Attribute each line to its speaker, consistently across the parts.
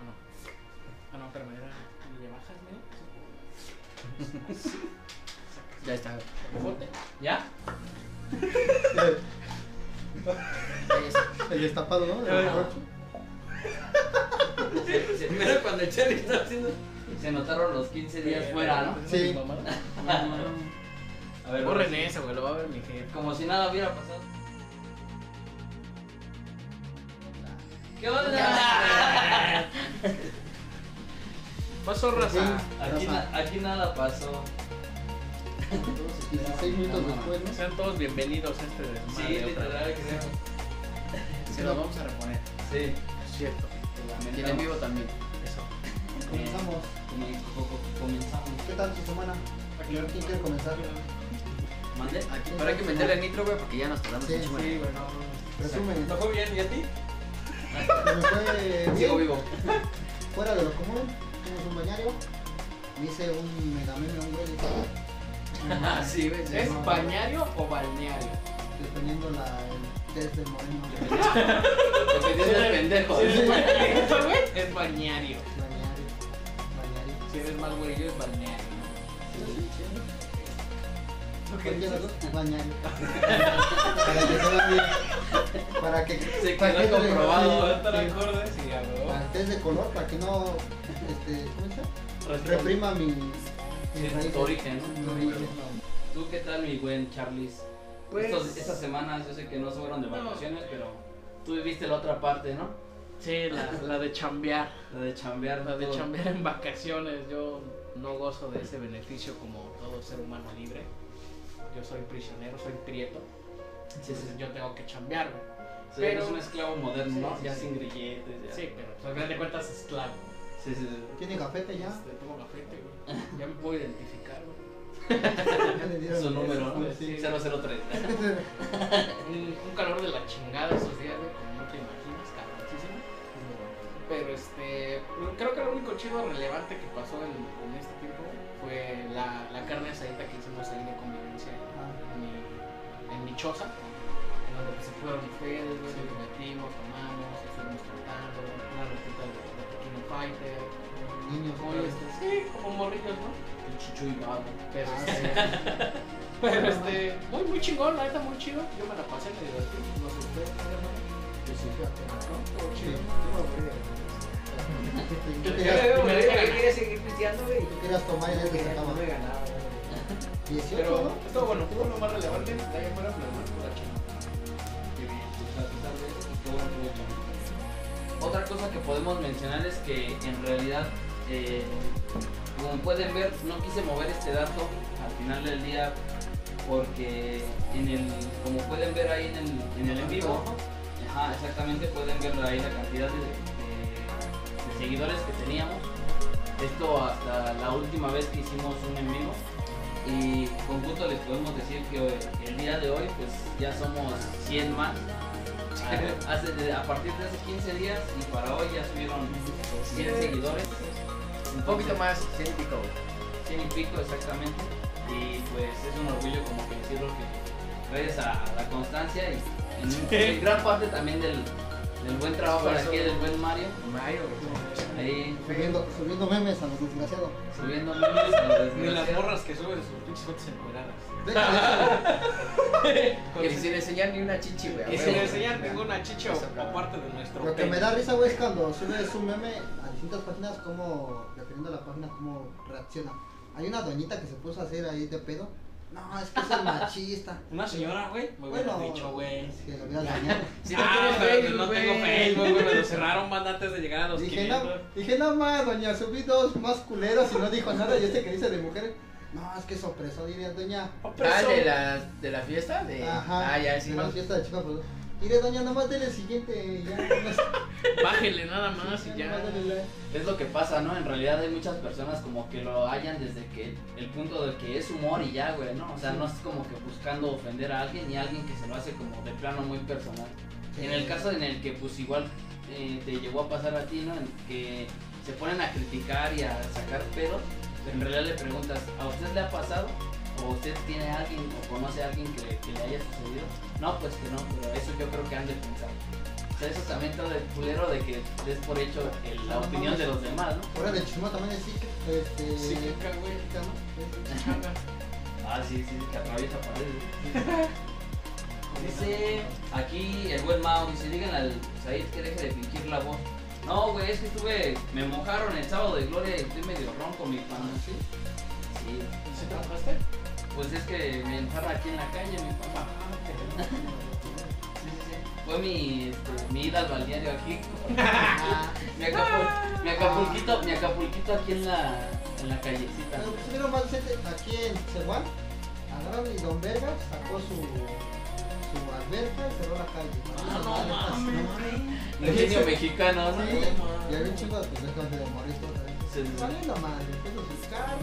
Speaker 1: Ah, Ya está. ¿Ya? Ya está.
Speaker 2: El destapado, ¿no?
Speaker 1: Ajá.
Speaker 2: El corcho.
Speaker 1: Se, se-
Speaker 3: Primero cuando el Charlie está haciendo.
Speaker 1: se notaron los 15 días fuera, ¿no?
Speaker 2: Sí.
Speaker 1: A ver,
Speaker 4: Borren eso, güey, lo va a ver mi jefe.
Speaker 1: Como si nada hubiera pasado. ¿Qué onda?
Speaker 4: Pasó raza.
Speaker 1: Aquí, na- aquí nada pasó.
Speaker 2: 16 minutos después, ¿no?
Speaker 4: Sean todos bienvenidos a este desmadre.
Speaker 1: Sí,
Speaker 4: otra
Speaker 1: literal,
Speaker 4: vez.
Speaker 1: creo.
Speaker 4: Se lo vamos a reponer.
Speaker 1: Sí.
Speaker 4: Es cierto. Y
Speaker 1: lamentamos.
Speaker 4: en vivo también. Eso.
Speaker 2: Comenzamos.
Speaker 1: Comen- co- co- Comenzamos.
Speaker 2: ¿Qué tal su semana? ¿Quién quiere comenzar?
Speaker 1: ¿Mande?
Speaker 2: Aquí
Speaker 4: Pero hay que meterle nitro, güey, porque ya nos tardamos
Speaker 2: Sí,
Speaker 4: un chingo.
Speaker 2: sí,
Speaker 4: bueno.
Speaker 2: Resumen, Pues,
Speaker 3: ¿No fue bien? ¿Y a ti?
Speaker 2: me fue
Speaker 1: Sigo
Speaker 2: bien,
Speaker 1: vivo.
Speaker 2: fuera de lo común, fuimos un bañario, me hice un megameme a un güey,
Speaker 1: Ah, sí, güey. sí.
Speaker 4: ¿Es bañario o balneario?
Speaker 2: dependiendo la, el test del moreno.
Speaker 1: Dependiendo del pendejo.
Speaker 4: Si eres balneario, güey, es bañario.
Speaker 2: Bañario, bañario.
Speaker 4: Si eres más güerillo, es balneario.
Speaker 2: Cualquiera de los dos, bañario. Pues Para que todavía- para que
Speaker 1: Se
Speaker 2: para
Speaker 1: quedó
Speaker 2: que no le-
Speaker 1: comprobado,
Speaker 2: sí,
Speaker 3: ¿Están acordes? Sí, a huevo.
Speaker 1: Ah,
Speaker 2: para el test de color, para que no este, ¿cómo se llama?
Speaker 1: Reprima.
Speaker 2: reprima mis,
Speaker 1: Sí,
Speaker 2: mis raíces.
Speaker 1: tu origen, ¿no?
Speaker 2: Mi origen, no.
Speaker 1: ¿Tú qué tal, mi buen Charlis?
Speaker 4: Pues-
Speaker 1: Estos- estas semanas yo sé que no se fueron de
Speaker 4: No.
Speaker 1: vacaciones, pero tú viviste la otra parte, ¿no?
Speaker 4: Sí, la, la de chambear.
Speaker 1: La de chambear.
Speaker 4: La de
Speaker 1: todo.
Speaker 4: chambear en vacaciones. Yo no gozo de ese beneficio como todo ser humano libre. Yo soy prisionero, soy prieto.
Speaker 1: Sí, sí,
Speaker 4: Entonces yo tengo que chambear, güey.
Speaker 1: sí.
Speaker 4: Pero-
Speaker 1: es un esclavo moderno,
Speaker 4: Sí,
Speaker 1: ¿no?
Speaker 4: sí,
Speaker 1: ya
Speaker 4: sí.
Speaker 1: sin grilletes, ya.
Speaker 4: Sí, pero pues, al final de cuentas esclavo.
Speaker 1: sí, sí. sí.
Speaker 2: ¿Tiene gafete ya?
Speaker 4: Este, tengo la frente, güey. Ya me puedo identificar, güey.
Speaker 2: Ya le dieron
Speaker 1: Su
Speaker 2: el-
Speaker 1: número, ¿no?
Speaker 2: Sí.
Speaker 1: 003.
Speaker 4: Un, un calor de la chingada esos días, güey, como no te imaginas, cabroncísimo. Pero este, creo que lo único chido relevante que pasó en, en este tiempo fue la, la carne asadita que hicimos ahí de convivencia
Speaker 2: Ah,
Speaker 4: en mi, en mi choza, en donde pues, se fueron ustedes, güey, nos metimos, tomamos, estuvimos cantando, una receta de, de Tequino Fighter,
Speaker 2: Niños,
Speaker 4: como este, sí, como morrillos, ¿no?
Speaker 1: El chuchu y babo.
Speaker 4: Pero
Speaker 2: Ah,
Speaker 4: este, pero este, muy, muy chingón, la neta, muy chido, yo me la pasé, me divertí, no sé ustedes, ¿no?
Speaker 2: sí, sí, fíjate, ¿no?
Speaker 4: Ah, ¿no? Estuvo
Speaker 2: Sí,
Speaker 4: chido.
Speaker 2: estuvo aburrido. Sí, Tú
Speaker 4: Yo-
Speaker 2: querías-
Speaker 4: yo-
Speaker 3: Pero,
Speaker 4: primero
Speaker 3: güey, ¿por qué
Speaker 4: ganar.
Speaker 3: quieres seguir pisteando, güey?
Speaker 2: tú querías tomar y ya te sacaba.
Speaker 3: No me ganaba, güey.
Speaker 2: 18,
Speaker 4: Pero
Speaker 2: ¿no?
Speaker 4: esto bueno, fue lo más relevante, de ahí afuera, pero bueno, pues, la chingada.
Speaker 1: Qué bien, o sea, tú tal vez, qué bueno que hubo chambear. Otra cosa que podemos mencionar es que en realidad, eh, como pueden ver, no quise mover este dato al final del día porque en el, como pueden ver ahí en el en, el en vivo, Ajá, exactamente, pueden ver ahí la cantidad de, de- de seguidores que teníamos. Esto hasta la última vez que hicimos un en vivo. Y con gusto les podemos decir que eh, el día de hoy pues ya somos 100 más. A, hace- de- a partir de hace 15 días y para hoy ya subieron 100 seguidores.
Speaker 4: Un poquito más científico.
Speaker 1: 100 y pico exactamente. Y pues es un orgullo como que decirlo que gracias a la constancia y en, en gran parte también del, del buen trabajo de aquí, del buen Mario.
Speaker 4: Mario,
Speaker 1: Ahí
Speaker 2: Subiendo, subiendo memes a los desgraciados.
Speaker 1: subiendo memes a los
Speaker 3: Ni las
Speaker 1: desgraciados.
Speaker 3: morras que suben sus pinches fotos encueradas.
Speaker 2: Déjale,
Speaker 3: Que
Speaker 5: Que si sin enseñar ni una chichi, güey. a
Speaker 3: Y
Speaker 5: huevo,
Speaker 3: sin
Speaker 5: güey.
Speaker 3: enseñar ninguna chicha o,
Speaker 5: Esa
Speaker 3: o
Speaker 5: cabrón.
Speaker 3: parte de nuestro
Speaker 2: Lo que me
Speaker 3: pene.
Speaker 2: da risa, güey, es cuando subes un meme a distintas páginas, como, dependiendo de la página, cómo reacciona. Hay una doñita que se puso a hacer ahí de pedo. No, es que es machista.
Speaker 3: Una señora, güey, me hubiera dicho, güey.
Speaker 2: Si lo hubieras dañado.
Speaker 3: Si
Speaker 4: Ah, no tienes Facebook,
Speaker 3: no tengo
Speaker 4: güey.
Speaker 3: Facebook, güey, me lo cerraron banda antes de llegar a los
Speaker 2: Dije,
Speaker 3: 500.
Speaker 2: no, dije, no más, doña, subí dos más culeros y no dijo nada. Y este que dice de mujeres, no, es que es opresor, diría, doña.
Speaker 5: Ah,
Speaker 3: Opresor.
Speaker 5: de la, de la fiesta. De...
Speaker 2: Ajá.
Speaker 5: Ah, ya, sí.
Speaker 2: De la fiesta de chicas, pues. Mire, doña, nomás dele siguiente. Ya, nomás,
Speaker 4: Bájele nada más y ya.
Speaker 2: nomás dele like.
Speaker 1: Es lo que pasa, ¿no? En realidad hay muchas personas como que lo hallan desde que el punto del que es humor y ya, güey, ¿no? O sea, no es como que buscando ofender a alguien y alguien que se lo hace como de plano muy personal. En
Speaker 2: Eh,
Speaker 1: el caso en el que pues igual eh, te llegó a pasar a ti, ¿no? En que se ponen a criticar y a sacar pedos, en realidad le preguntas, ¿a usted le ha pasado? ¿O usted tiene a alguien o conoce a alguien que, que le haya sucedido? No, pues que no, pero eso yo creo que han de pensar. O sea, eso también todo el culero de que des por hecho el- la opinión de los demás, ¿no?
Speaker 2: Ahora de chismó también decir que Este.
Speaker 3: Psíquica, güey.
Speaker 2: psíquica, ¿no?
Speaker 4: Changa.
Speaker 1: Ah, sí, sí, que atraviesa paredes. Dice aquí el buen Mao, dice, digan al Said que deje de fingir la voz. No, güey, es que estuve, me mojaron el sábado de gloria y estoy medio ronco, mi pana.
Speaker 2: ¿Sí?
Speaker 1: Sí,
Speaker 4: ¿Se trabajaste?
Speaker 1: pues es que me enjarra aquí en la calle, mi papá. Sí, sí, sí. Fue mi, este, mi ida al balneario aquí. mi, acapul- mi acapulquito, mi acapulquito aquí en la, en la callecita.
Speaker 2: Pero Estuvieron más gente aquí en Ceguán. Agarraron y Don Vergas sacó su, su alberca y cerró la calle.
Speaker 1: Ah, no
Speaker 2: Albercas,
Speaker 1: mames,
Speaker 2: ¿no?
Speaker 1: Ingenio mexicano, ¿no?
Speaker 2: Sí, y había un chingo de pendejos de moriscos también.
Speaker 1: Sí, sí, sí.
Speaker 2: Saliendo mal, después de sus carros,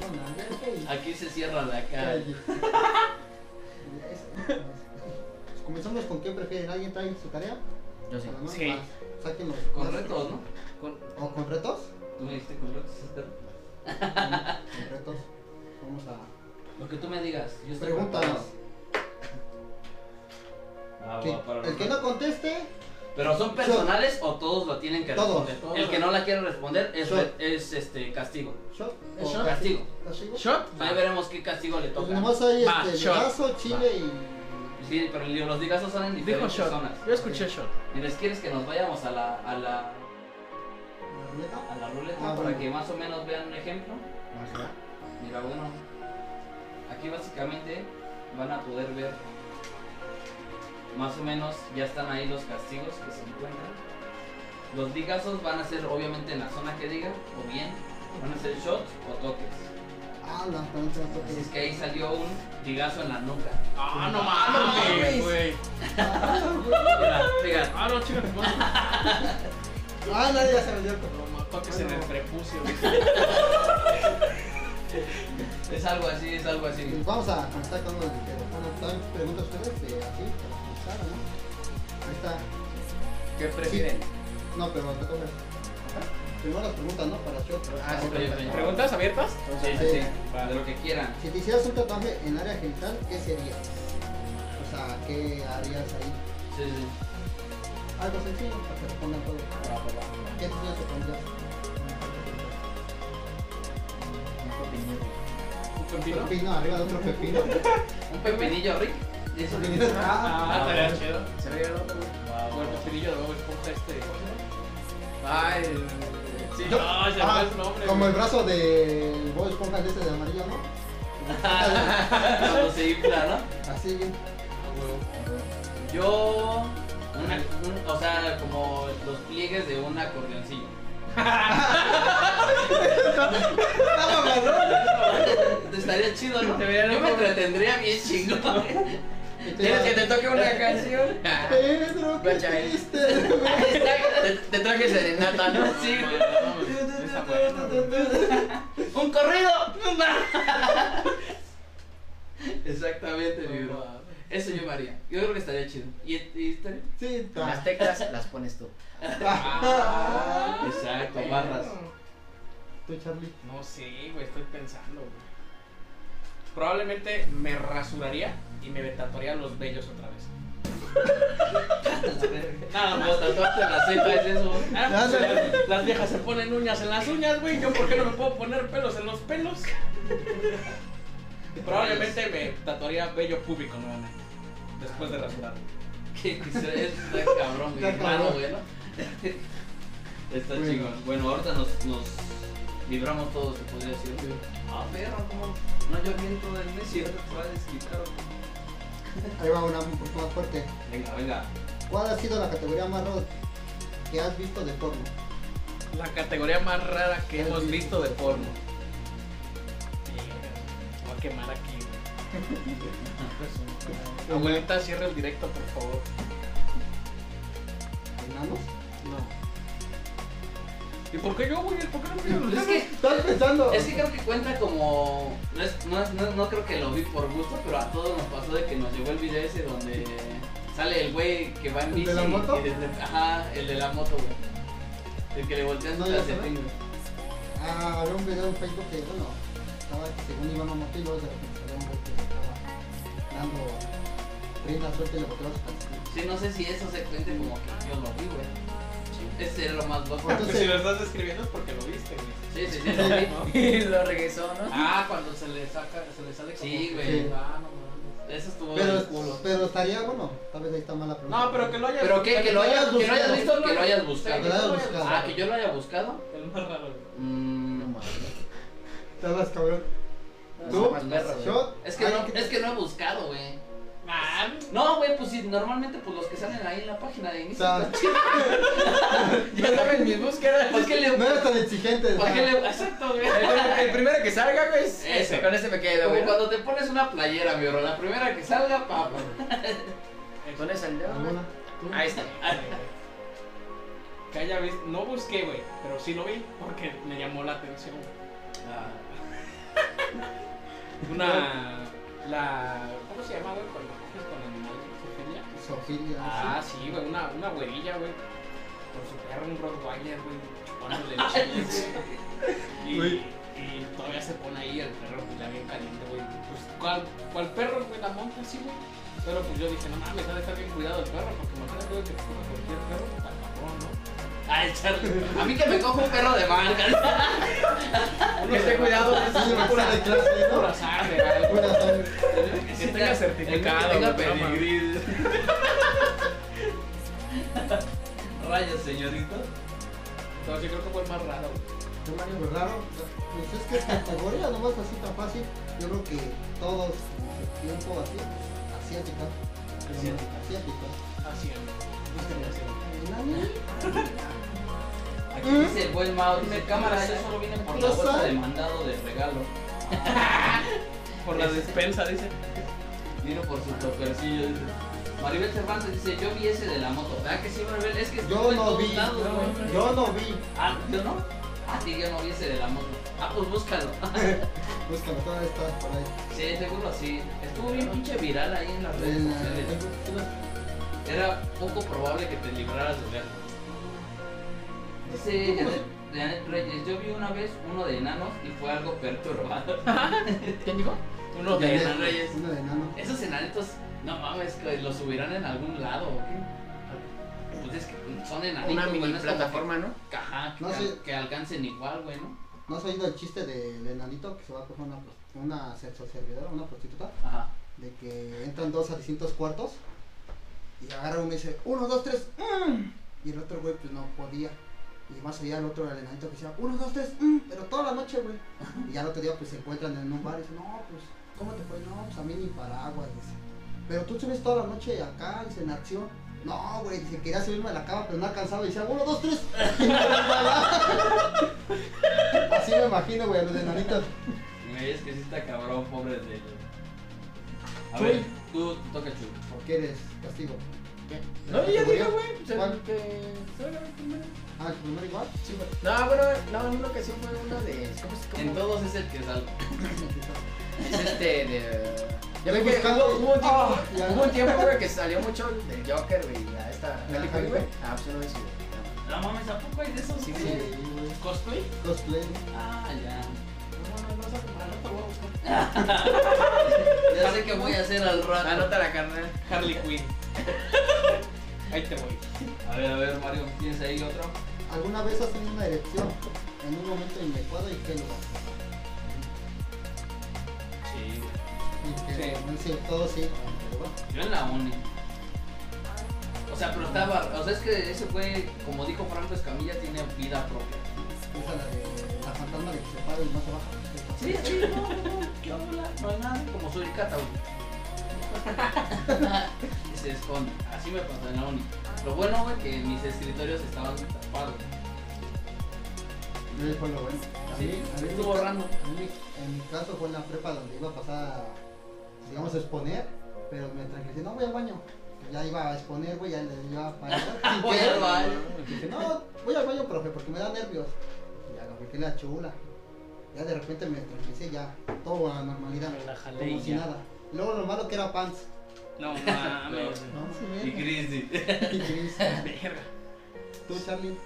Speaker 2: con la alberca y
Speaker 1: Aquí se cierra la calle.
Speaker 2: calle. Pues Comenzamos con quién prefieren. ¿Alguien trae su tarea?
Speaker 5: Yo sí.
Speaker 2: ¿No?
Speaker 4: Sí.
Speaker 2: Va, Sáquenlo.
Speaker 1: Con retos, ¿no?
Speaker 4: Con...
Speaker 2: ¿O con retos?
Speaker 1: Tú me dijiste con retos, Esther.
Speaker 2: con retos. Vamos a.
Speaker 1: Lo que tú me digas. Yo estoy
Speaker 2: Pregúntanos.
Speaker 1: preparado. Ah,
Speaker 2: Que-
Speaker 1: va, para-
Speaker 2: el que no conteste,
Speaker 1: Pero son personales o todos lo tienen que
Speaker 2: Todos.
Speaker 1: responder.
Speaker 3: Todos.
Speaker 1: El que no la quiere responder es,
Speaker 2: Shot.
Speaker 1: es, este castigo.
Speaker 2: shot.
Speaker 1: ¿Es
Speaker 2: o
Speaker 1: shot? Castigo.
Speaker 2: ¿Castigo?
Speaker 5: ¿Shot?
Speaker 1: Ahí veremos qué castigo le
Speaker 2: Ah. Pues
Speaker 1: toca.
Speaker 2: nomás hay
Speaker 5: Va,
Speaker 2: este,
Speaker 5: shot.
Speaker 2: legazo, chile y.
Speaker 1: Sí, pero los digazos son en
Speaker 5: Dijo
Speaker 1: diferentes
Speaker 5: shot.
Speaker 1: zonas.
Speaker 5: Yo escuché shot.
Speaker 1: Mires, ¿quieres que nos vayamos a la, a la,
Speaker 2: ¿La ruleta?
Speaker 1: a la ruleta
Speaker 2: Ah,
Speaker 1: para
Speaker 2: bueno.
Speaker 1: que más o menos vean un ejemplo? Mira, bueno, aquí básicamente van a poder ver más o menos ya están ahí los castigos que se encuentran. Los ligazos van a ser obviamente en la zona que diga, o bien van a ser shots o toques.
Speaker 2: Ah, la plancha, la
Speaker 1: Así es
Speaker 2: toque.
Speaker 1: que ahí salió un ligazo en la nuca.
Speaker 3: Ah, no
Speaker 5: no mames.
Speaker 3: mames, güey.
Speaker 1: Mira, fíjate.
Speaker 3: Ah, no, chicas, no.
Speaker 2: Ah, nadie ya se vendió el
Speaker 3: Lo
Speaker 2: control.
Speaker 3: mató que se le prepucio, güey.
Speaker 1: es algo así, es algo así.
Speaker 2: Pues Vamos a contar con los ligeros. Bueno, también preguntas ustedes de así, para pensar, ¿no? Ahí está.
Speaker 5: ¿Qué prefieren?
Speaker 2: No, pero te comes. Primero las preguntas, ¿no? Para shot.
Speaker 1: Ah, sí, pero yo- yo-
Speaker 3: ¿Preguntas abiertas?
Speaker 1: Sí, sí, sí,
Speaker 3: Va.
Speaker 1: de lo que quieran.
Speaker 2: Si te hicieras un tatuaje en área genital, ¿qué sería? O sea, ¿qué harías ahí?
Speaker 1: Sí, sí.
Speaker 2: Algo sencillo para que respondan todos. ¿Qué sería tu pondrías?
Speaker 3: ¿Un pepino?
Speaker 2: Pepino arriba de otro pepino.
Speaker 1: Un pepinillo, Rick. Eso que
Speaker 2: Pepinillo. Ah,
Speaker 3: Ah, estaría chido.
Speaker 5: Se ve el otro, güey.
Speaker 3: O el pepinillo de Bob Esponja este. ¿cómo se llama?
Speaker 5: Ay,
Speaker 3: Sí,
Speaker 2: Yo-
Speaker 3: no, se me
Speaker 2: ah,
Speaker 3: fue su nombre.
Speaker 2: como
Speaker 3: güey.
Speaker 2: el brazo de Bob Esponja de ese de amarillo, ¿no?
Speaker 1: Cuando se infla, Ah, ¿no?
Speaker 2: Así bien.
Speaker 1: Yo, una, un- o sea, como los pliegues de un acordeoncillo. Estaría chido, ¿no?
Speaker 5: Te vería
Speaker 1: Yo
Speaker 5: loco.
Speaker 1: me entretendría bien chingón.
Speaker 5: ¿Quieres que te toque una canción?
Speaker 2: Pedro, qué
Speaker 5: Vaya, eh.
Speaker 2: triste.
Speaker 5: Te, te traje serenata, ¿no?
Speaker 1: Sí,
Speaker 3: No,
Speaker 1: güey.
Speaker 3: no, no, no, está bueno, güey.
Speaker 1: ¡Un corrido! Exactamente, mi bro. Eso yo me haría. Yo creo que estaría chido. ¿Y, y estaría?
Speaker 2: Sí,
Speaker 5: Las
Speaker 2: ta.
Speaker 5: teclas las pones tú.
Speaker 2: Ah.
Speaker 1: Exacto, barras.
Speaker 2: Tú, Charlie.
Speaker 3: No sé, güey, estoy pensando, güey. Probablemente me rasuraría y me tatuaría los vellos otra vez.
Speaker 1: Nada más pues, tatuarte la ceja es eso.
Speaker 3: Ah, pues, las, las viejas se ponen uñas en las uñas, güey. Yo, ¿por qué no me puedo poner pelos en los pelos? Probablemente me tatuaría vello público nuevamente. Después de rasurar.
Speaker 1: Que que se ve, está cabrón, güey.
Speaker 2: Está
Speaker 1: Hermano,
Speaker 2: cabrón.
Speaker 1: güey, ¿no? Está
Speaker 2: Bueno.
Speaker 1: chingón. Bueno, ahorita nos, nos libramos todos, se podría decir. Ah, perro, ¿cómo? No, yo bien todo el mes y ahora te vas a desquitar. güey.
Speaker 2: Ahí va una un poco más fuerte.
Speaker 1: Venga, venga.
Speaker 2: ¿Cuál ha sido la categoría más rara que has visto de porno?
Speaker 3: La categoría más rara que hemos visto de porno. Voy a quemar aquí, güey. Abuelita, cierra el directo, por favor.
Speaker 2: ¿Enanos?
Speaker 3: No. ¿Y por qué yo, güey? ¿Por qué no me quiero
Speaker 1: Pues Es que,
Speaker 2: ¿Estás pensando?
Speaker 1: es que creo que cuenta como. No, es- no, es- no, no creo que lo vi por gusto, pero a todos nos pasó de que nos llegó el video ese donde sale el güey que va en
Speaker 2: ¿El
Speaker 1: bici.
Speaker 2: de la moto?
Speaker 1: y desde- ajá, el de la moto, güey. El que le voltean
Speaker 2: No,
Speaker 1: su
Speaker 2: ya se
Speaker 1: calcetín,
Speaker 2: ve.
Speaker 1: güey.
Speaker 2: Ah, había un video en Facebook que, bueno, estaba según Iván Mamá y luego de repente salió un güey que estaba dando rienda suelta y le botaron sus calcetines.
Speaker 1: Sí, no sé si eso se cuente como que yo lo vi, güey. Ese era lo más bajo.
Speaker 2: Entonces-
Speaker 3: Pues si lo estás describiendo es porque lo viste, güey.
Speaker 1: Sí, sí, sí, lo vi.
Speaker 5: Y lo regresó, ¿no?
Speaker 3: Ah, cuando se le saca, se le sale como...
Speaker 1: Sí,
Speaker 3: que-
Speaker 1: güey.
Speaker 3: Ah, no mames.
Speaker 1: Eso estuvo del
Speaker 2: Pero,
Speaker 1: culo.
Speaker 2: pero estaría bueno. Tal vez ahí está mala pregunta.
Speaker 3: No, pero que lo hayas...
Speaker 1: Pero que, que lo hayas, que lo hayas visto, que lo hayas
Speaker 2: Que lo
Speaker 1: buscado.
Speaker 2: hayas buscado.
Speaker 1: Ah, que yo lo haya buscado.
Speaker 3: El más raro, güey.
Speaker 1: Mm,
Speaker 5: No mames.
Speaker 2: Te hablas, cabrón.
Speaker 1: no,
Speaker 2: ¿Tú?
Speaker 1: más perro, güey.
Speaker 2: Shot.
Speaker 1: Es que,
Speaker 2: Ay,
Speaker 1: no,
Speaker 2: que-
Speaker 1: es que no he buscado, güey.
Speaker 3: Ah,
Speaker 1: No, güey, pues sí, normalmente pues los que salen ahí en la página de
Speaker 2: O
Speaker 1: inicio.
Speaker 2: sea,
Speaker 5: Ya saben mis búsquedas.
Speaker 1: ¿Por qué Pues le.?
Speaker 2: no eres tan exigente.
Speaker 1: ¿Por
Speaker 2: ¿no?
Speaker 1: qué le.? Exacto, güey.
Speaker 5: El, el primero que salga, güey. es-
Speaker 1: Ese.
Speaker 5: Con ese me quedo,
Speaker 1: Como
Speaker 5: güey.
Speaker 1: cuando te pones una playera, mi bro. La primera que salga, papá.
Speaker 5: Con ese el dedo, güey.
Speaker 2: ¿Alguna?
Speaker 5: Ahí está.
Speaker 3: Que haya visto... No busqué, güey, pero sí lo vi porque me llamó la atención.
Speaker 5: Ah.
Speaker 3: Una... La... ¿Cómo se llama, güey? Cuando coges con animales, Ofelia.
Speaker 2: Sofía.
Speaker 3: Ah, sí, güey, una, una güerilla, güey. Con su perro, un Rottweiler, güey, chupándole los chiles, güey.
Speaker 2: Güey.
Speaker 3: Y, y todavía se pone ahí el perro, pues ya bien caliente, güey. Pues, ¿cuál, cuál perro, güey? La monta así, güey. Pero pues yo dije, no mames, ha de estar bien cuidado el perro, porque imagínate, güey, que te come cualquier perro, pues, al cabrón, ¿no?
Speaker 1: Ay, Charlie. A mí que me cojo un perro de marca.
Speaker 5: Que esté cuidado.
Speaker 2: Sí, sí, me puse de clase,
Speaker 3: Por
Speaker 2: ¿no?
Speaker 3: azar, güey, algo.
Speaker 2: Pura sangre.
Speaker 3: Que
Speaker 1: Sí,
Speaker 3: tenga
Speaker 1: ya.
Speaker 3: certificado,
Speaker 1: El que tenga
Speaker 3: güey, pedigrí.
Speaker 1: Rayos, señorito.
Speaker 3: Entonces yo creo que fue el más raro, güey.
Speaker 2: Un año raro. Pues es que esta categoría no más así tan fácil. Yo creo que todos en su tiempo así. Asiática.
Speaker 3: Asiática.
Speaker 2: Asiática.
Speaker 3: Así, güey.
Speaker 1: Aquí
Speaker 2: ¿Mm?
Speaker 1: dice el buen Mao, dice cámara, yo solo vine por la
Speaker 2: No
Speaker 1: bolsa
Speaker 2: sabe.
Speaker 1: de mandado de regalo.
Speaker 3: Por la despensa, dice.
Speaker 1: Vino por su topercillo, dice. Maribel Cervantes dice, yo vi ese de la moto. ¿Verdad que sí, Maribel? Es que estuvo
Speaker 2: Yo
Speaker 1: en
Speaker 2: no
Speaker 1: todos
Speaker 2: vi.
Speaker 1: lados, güey.
Speaker 2: Yo no vi.
Speaker 1: Ah, ¿yo no? Ah, sí, yo no vi ese de la moto. Ah, pues búscalo.
Speaker 2: Búscalo, todavía está por ahí.
Speaker 1: sí, seguro sí. Estuvo bien pinche viral ahí en las redes
Speaker 2: En la-
Speaker 1: sociales. Era poco probable que te libraras de verlo. Dice
Speaker 2: pues,
Speaker 1: Janet- Janet Reyes, yo vi una vez uno de enanos y fue algo perturbador.
Speaker 5: ¿Quién dijo?
Speaker 1: Uno de enanos Reyes.
Speaker 2: Uno de enano.
Speaker 1: Esos enanitos, no mames, que los subirán en algún lado. ¿o qué? Pues es que son enanitos.
Speaker 5: Una
Speaker 1: güey,
Speaker 5: mini
Speaker 1: no es como
Speaker 5: plataforma, ¿no?
Speaker 1: Que, ajá, que,
Speaker 2: No sé.
Speaker 1: que alcancen igual, güey, ¿no?
Speaker 2: ¿No has oído el chiste del enanito que se va a coger una, prost- una sexoservidora, una prostituta?
Speaker 1: Ajá.
Speaker 2: De que entran dos a distintos cuartos y agarra uno y dice, uno, dos, tres, mm", y el otro güey pues no podía. Y más allá el otro, el enanito que decía, uno, dos, tres, mm", pero toda la noche, güey. Y al otro día pues se encuentran en un bar y dicen, no, pues, ¿cómo te fue? No, pues a mí ni paraguas, dice. Pero tú subes toda la noche acá, dice, en acción. No, güey, dice, quería subirme a la cama, pero no alcanzaba. Y decía, uno, dos, tres. y me resbalaba. Así me imagino, güey, a los enanitos.
Speaker 1: Güey, es que sí está cabrón, pobre de ellos. A
Speaker 2: Chuy.
Speaker 1: ver, tú te toca chulo.
Speaker 2: ¿Por qué eres castigo?
Speaker 5: No, yo ya dije, güey. pues, el
Speaker 2: ¿Cuál?
Speaker 5: que- salga el primero.
Speaker 2: Ah, el primero igual.
Speaker 5: Sí, güey. No, bueno, no, en una ocasión fue uno de. ¿Cómo se
Speaker 1: En
Speaker 5: Pues, cómo-
Speaker 1: todos es el que salgo.
Speaker 5: Es este de. Ya
Speaker 3: eh,
Speaker 2: Ve
Speaker 5: ves que
Speaker 2: buscando.
Speaker 5: hubo, hubo un tiempo,
Speaker 2: Ah, ya.
Speaker 5: hubo un tiempo, güey, que salió mucho del Joker, güey, la esta
Speaker 2: La
Speaker 5: película, güey.
Speaker 2: Harley.
Speaker 5: Ah, pues uno de esos, güey.
Speaker 1: No mames, ¿a poco hay de esos?
Speaker 5: Sí,
Speaker 1: Sí,
Speaker 5: güey.
Speaker 2: Sí,
Speaker 3: ¿Cosplay?
Speaker 2: cosplay.
Speaker 1: Ah, ya.
Speaker 3: No, no, no, no, no, no, no, no.
Speaker 1: Ya sé qué voy a hacer al
Speaker 3: Ah,
Speaker 1: rato.
Speaker 5: Anota la carnal.
Speaker 3: Harley Quinn. Ahí te voy.
Speaker 1: A ver, a ver, Mario, ¿tienes ahí otro?
Speaker 2: ¿Alguna vez has tenido una erección en un momento inadecuado y qué lugar?
Speaker 1: Sí,
Speaker 2: Y que-
Speaker 3: Sí.
Speaker 2: no sé, todo sí. ah, pero bueno.
Speaker 1: Yo en la uni. O sea, pero estaba. O sea, es que ese fue, como dijo Franco Escamilla, tiene vida propia.
Speaker 2: Esa la de la fantasma de que se para y no se baja.
Speaker 1: Sí, sí, no, no, ¿qué habla? No es nada, como suricata, güey. Y se esconde. Así me pasó en la uni. Lo bueno, güey, que mis escritorios estaban tapados.
Speaker 2: No fue lo bueno. A
Speaker 1: Sí,
Speaker 2: mí- a mí
Speaker 1: estuvo
Speaker 2: me-
Speaker 1: borrando.
Speaker 2: a mí me- En mi caso fue en la prepa donde iba a pasar, digamos, a exponer, pero me tranquilicé, no voy al baño. Pues Ya iba a exponer, güey, ya le iba a parar. sin
Speaker 1: Voy al
Speaker 2: querer.
Speaker 1: baño.
Speaker 2: Dije, no, voy al baño, profe, porque me da nervios. Ya lo que la chula. Ya de repente me tranquilicé, ya todo a la normalidad.
Speaker 3: Me la jalé
Speaker 2: Como
Speaker 3: y
Speaker 2: si
Speaker 3: ya.
Speaker 2: nada. Luego lo malo que era pants.
Speaker 3: No mames.
Speaker 2: No, sí,
Speaker 1: Y
Speaker 2: verga.
Speaker 1: Christy.
Speaker 2: Y gris.
Speaker 3: Verga.
Speaker 2: Tú, Charlie.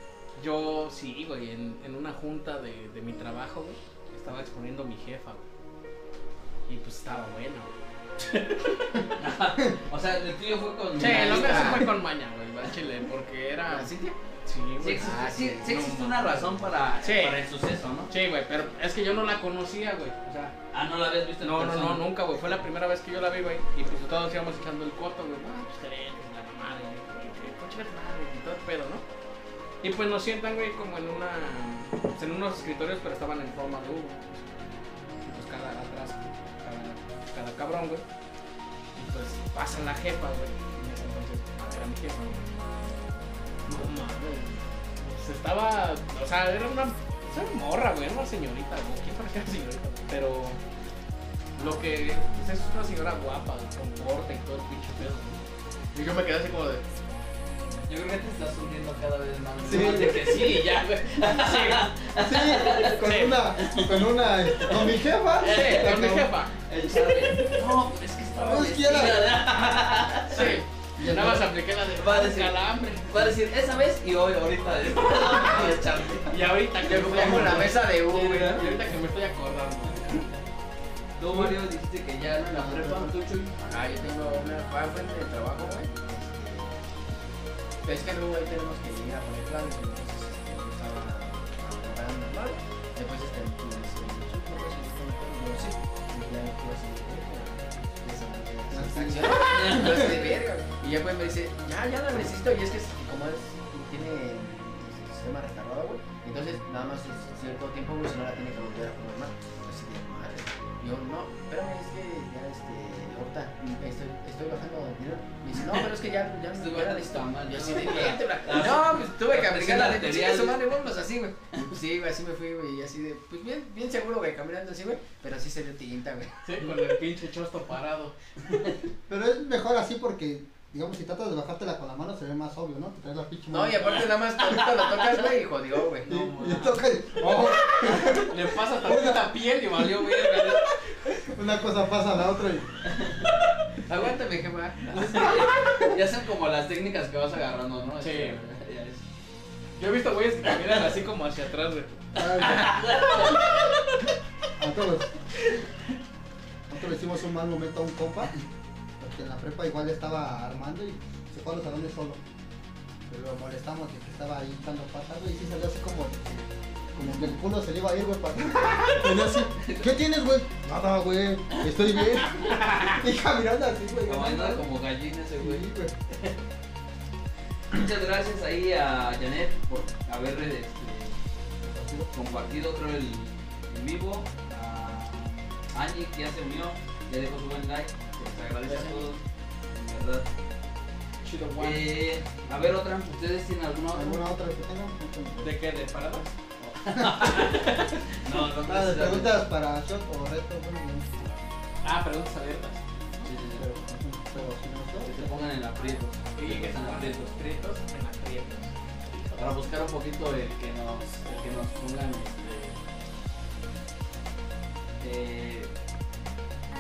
Speaker 3: Yo sí, güey, en, en una junta de, de mi trabajo, güey, estaba exponiendo mi jefa, güey. Y pues estaba buena, güey.
Speaker 1: O sea, el tuyo fue con.
Speaker 3: Che, lo que
Speaker 1: Ah,
Speaker 3: se fue con maña, güey, al chile, porque era...
Speaker 5: ¿La Cintia?
Speaker 4: Sí,
Speaker 3: Sí,
Speaker 1: Sí,
Speaker 4: güey.
Speaker 1: existe-
Speaker 5: Ah,
Speaker 1: sí-
Speaker 5: sí,
Speaker 1: sí
Speaker 4: no
Speaker 1: existe
Speaker 4: mames.
Speaker 1: una razón para,
Speaker 4: Sí.
Speaker 1: para el suceso, ¿no?
Speaker 4: Sí, güey, pero es que yo no la conocía, güey. O sea,
Speaker 1: Ah, no la habías visto en
Speaker 4: No, no,
Speaker 1: persona.
Speaker 4: no, nunca, güey. Fue la primera vez que yo la vi, güey. Y pues todos íbamos echando el coto, güey. Ah, pues creen, la mamada, güey. que- que chingas madre, y todo el pedo, ¿no? Y pues nos sientan, güey, como en una. pues, en unos escritorios, pero estaban en forma de U, güey. Y pues cada atrás, cada, cada cabrón, güey. Y pues pasa la jefa, güey. Y en ese entonces, ah, era mi jefa, güey. No mames. Pues estaba. O sea, era una. pues, Era una morra, güey. Era una señorita, güey. ¿Quién parecía una señorita? güey? Pero. Lo que. Pues es una señora guapa, con corte y todo el pinche pedo. güey. Y yo me quedé así como de.
Speaker 1: Yo creo que te estás hundiendo cada vez más.
Speaker 2: Sí.
Speaker 1: Nomás de que sí y ya, güey.
Speaker 2: Sí, con
Speaker 4: Sí.
Speaker 2: una, con una, este, con mi jefa.
Speaker 4: Sí, con mi jefa.
Speaker 1: El Charlie. No, pues es que estaba
Speaker 2: No, es que ya la-
Speaker 1: vestida,
Speaker 4: Sí. Y nada más apliqué la de.
Speaker 1: Va a decir-
Speaker 4: calambre.
Speaker 1: Va a decir esa vez y hoy, ahorita. de- Y el Charlie.
Speaker 4: Y ahorita que me estoy
Speaker 5: Como la
Speaker 4: acordando.
Speaker 5: mesa de U, güey.
Speaker 4: Y ahorita que me estoy acordando.
Speaker 1: Tú, Mario, dijiste que ya no en la prepa, tú, Chuy.
Speaker 5: Ah, yo tengo una para frente de trabajo, güey. Este, Es que luego ahí tenemos que ir a poner planes, entonces este, yo estaba preparando normal. Después este, pues, este, yo creo que sí, yo sí, y ya me fui así, güey, como, esa manera de satisfacción. Yo así pues, de verga, güey. Y ya pues me dice, ya, ya la necesito, y es que es- como es, tiene el sistema retardado, güey, entonces nada más es cierto tiempo, güey, si no la tiene que volver a poner más. Así de madre. Yo, no, espérame, es que ya, este, ahorita estoy, estoy bajando el dinero. Me dice, no, pero es que ya, ya
Speaker 1: Estoy
Speaker 5: ya la
Speaker 1: bajando
Speaker 5: necesito.
Speaker 1: tamal.
Speaker 5: Yo así de "Véntela". No, pues tuve que aplicar la de chingue su madre, vámonos así, güey. Y, Pues sí, güey, así me fui, güey, y así de, pues bien, bien seguro, güey, caminando así, güey, pero así se dio tinta, güey.
Speaker 4: Sí, con el pinche chosto parado.
Speaker 2: Pero es mejor así porque, digamos, si tratas de bajártela con la mano se ve más obvio, ¿no? Te traes la pinche mano.
Speaker 5: No, y aparte nada más tantito lo tocas, güey, y jodió, güey.
Speaker 2: Sí,
Speaker 4: no,
Speaker 2: y toca y- oh,
Speaker 4: Le pasa tantita piel y valió verga.
Speaker 2: una cosa pasa a la otra y
Speaker 5: Aguántame, jefa.
Speaker 1: Ya son como las técnicas que vas agarrando, ¿no?
Speaker 4: Sí.
Speaker 1: Este, ya es.
Speaker 4: Yo he visto güeyes que caminan así como hacia atrás, güey.
Speaker 2: Ay, güey. Nosotros, nosotros le hicimos un mal momento a un compa, porque en la prepa igual estaba armando y se fue a los salones solo. Pero lo molestamos de que estaba ahí echando patas, güey, y sí salió así como, como que el culo se le iba a ir, güey, para Salió así, ¿qué tienes, güey? Nada, güey, estoy bien. Y caminando así, güey.
Speaker 1: Como anda
Speaker 2: caminando.
Speaker 1: como gallina ese
Speaker 2: Sí,
Speaker 1: güey.
Speaker 2: güey.
Speaker 1: Muchas gracias ahí a Janet por haber este, compartido creo el en vivo. A Angie que ya se unió, ya dejó su buen like. Les agradece a todos. en verdad.
Speaker 4: Chido guay.
Speaker 1: Eh, a ver otra, ¿ustedes tienen alguna otra?
Speaker 2: ¿Alguna otra que tengan?
Speaker 4: ¿De qué? ¿De paradas?
Speaker 1: No, no
Speaker 2: Ah,
Speaker 1: precisamente.
Speaker 2: preguntas para shot o reto, bueno, no.
Speaker 4: Ah, preguntas abiertas.
Speaker 1: Sí, sí,
Speaker 2: pero, pero si no
Speaker 1: sí. Que
Speaker 2: sé.
Speaker 1: se pongan en aprieto.
Speaker 4: Y que están
Speaker 1: en aprieto.
Speaker 4: aprietos, aprietos en aprietos.
Speaker 1: Para buscar un poquito el que nos, el que nos pongan este. eh,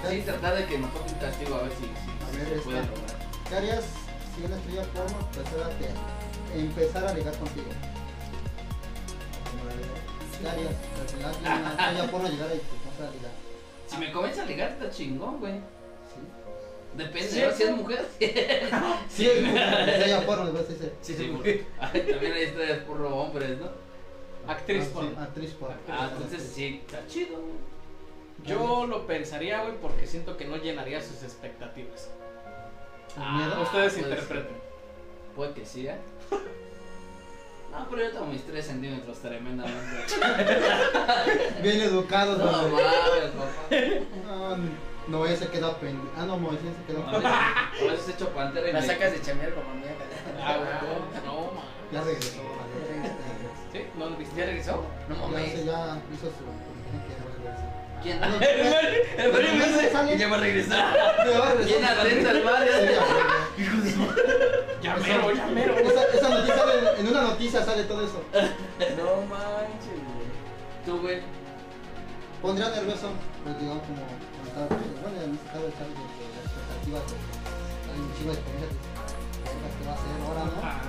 Speaker 1: Sí, tratar de que nos toque un castigo a ver si, si-
Speaker 2: A
Speaker 1: si
Speaker 2: ver,
Speaker 1: se
Speaker 2: esta.
Speaker 1: puede lograr.
Speaker 2: ¿Qué harías si una estrella porno empezara a te- empezar a ligar contigo? ¿Qué harías? Al final, si una pues, estrella porno llegara y te empezara a ligar.
Speaker 1: Si me comienza a ligar, está chingón, güey.
Speaker 2: ¿Sí?
Speaker 1: Depende,
Speaker 4: Sí,
Speaker 1: ¿no?
Speaker 4: sí.
Speaker 1: si es mujer.
Speaker 2: Sí, es una estrella porno, después dice.
Speaker 1: Sí, sí, porque- Ay, También hay estrellas por hombres, ¿no?
Speaker 4: Actriz
Speaker 2: Ah, sí,
Speaker 4: porno.
Speaker 2: Actriz porno. Ah,
Speaker 1: Ah, entonces sí, está chido.
Speaker 4: Yo lo pensaría, güey, porque siento que no llenaría sus expectativas.
Speaker 2: ¿Con miedo?
Speaker 4: Ustedes
Speaker 5: Pues,
Speaker 1: puede
Speaker 4: interpreten.
Speaker 1: ser. Puede que sí, ¿eh? No, pero yo tengo mis 3 centímetros tremendamente.
Speaker 2: Bien educados,
Speaker 1: No
Speaker 2: no,
Speaker 1: mames, papá.
Speaker 2: no, no, ese queda pendiente. Ah, no, Moisés se quedó pendiente.
Speaker 1: A veces he hecho pantera y
Speaker 5: La
Speaker 1: me-
Speaker 5: sacas de chambear como mía.
Speaker 4: Ah, güey, no, man.
Speaker 2: Ya regresó, vale.
Speaker 4: ¿Sí? ¿No lo viste?
Speaker 5: ¿Ya regresó? No
Speaker 2: Ya se
Speaker 5: mames.
Speaker 2: ya hizo su. que
Speaker 1: ¿Quién?
Speaker 2: Ah, ya
Speaker 1: ¿Quién
Speaker 2: regresó.
Speaker 5: El Mario Ah. me dice,
Speaker 2: ¿Sale?
Speaker 5: y ya va a regresar.
Speaker 2: Me va a regresar.
Speaker 1: atenta al
Speaker 2: Sí,
Speaker 1: Mario?
Speaker 2: ya,
Speaker 5: Hijo de su-
Speaker 4: Llamero, llamero.
Speaker 2: güey. Esa, esa noticia sale, en una noticia sale todo eso.
Speaker 5: No manches, güey.
Speaker 1: Tú, güey.
Speaker 2: Pondría nervioso, pues digamos como contar, bueno, en este caso echar de de las expectativas de hay un chingo de experiencias de vergas que va a ser ahora, ¿no?
Speaker 4: Ah,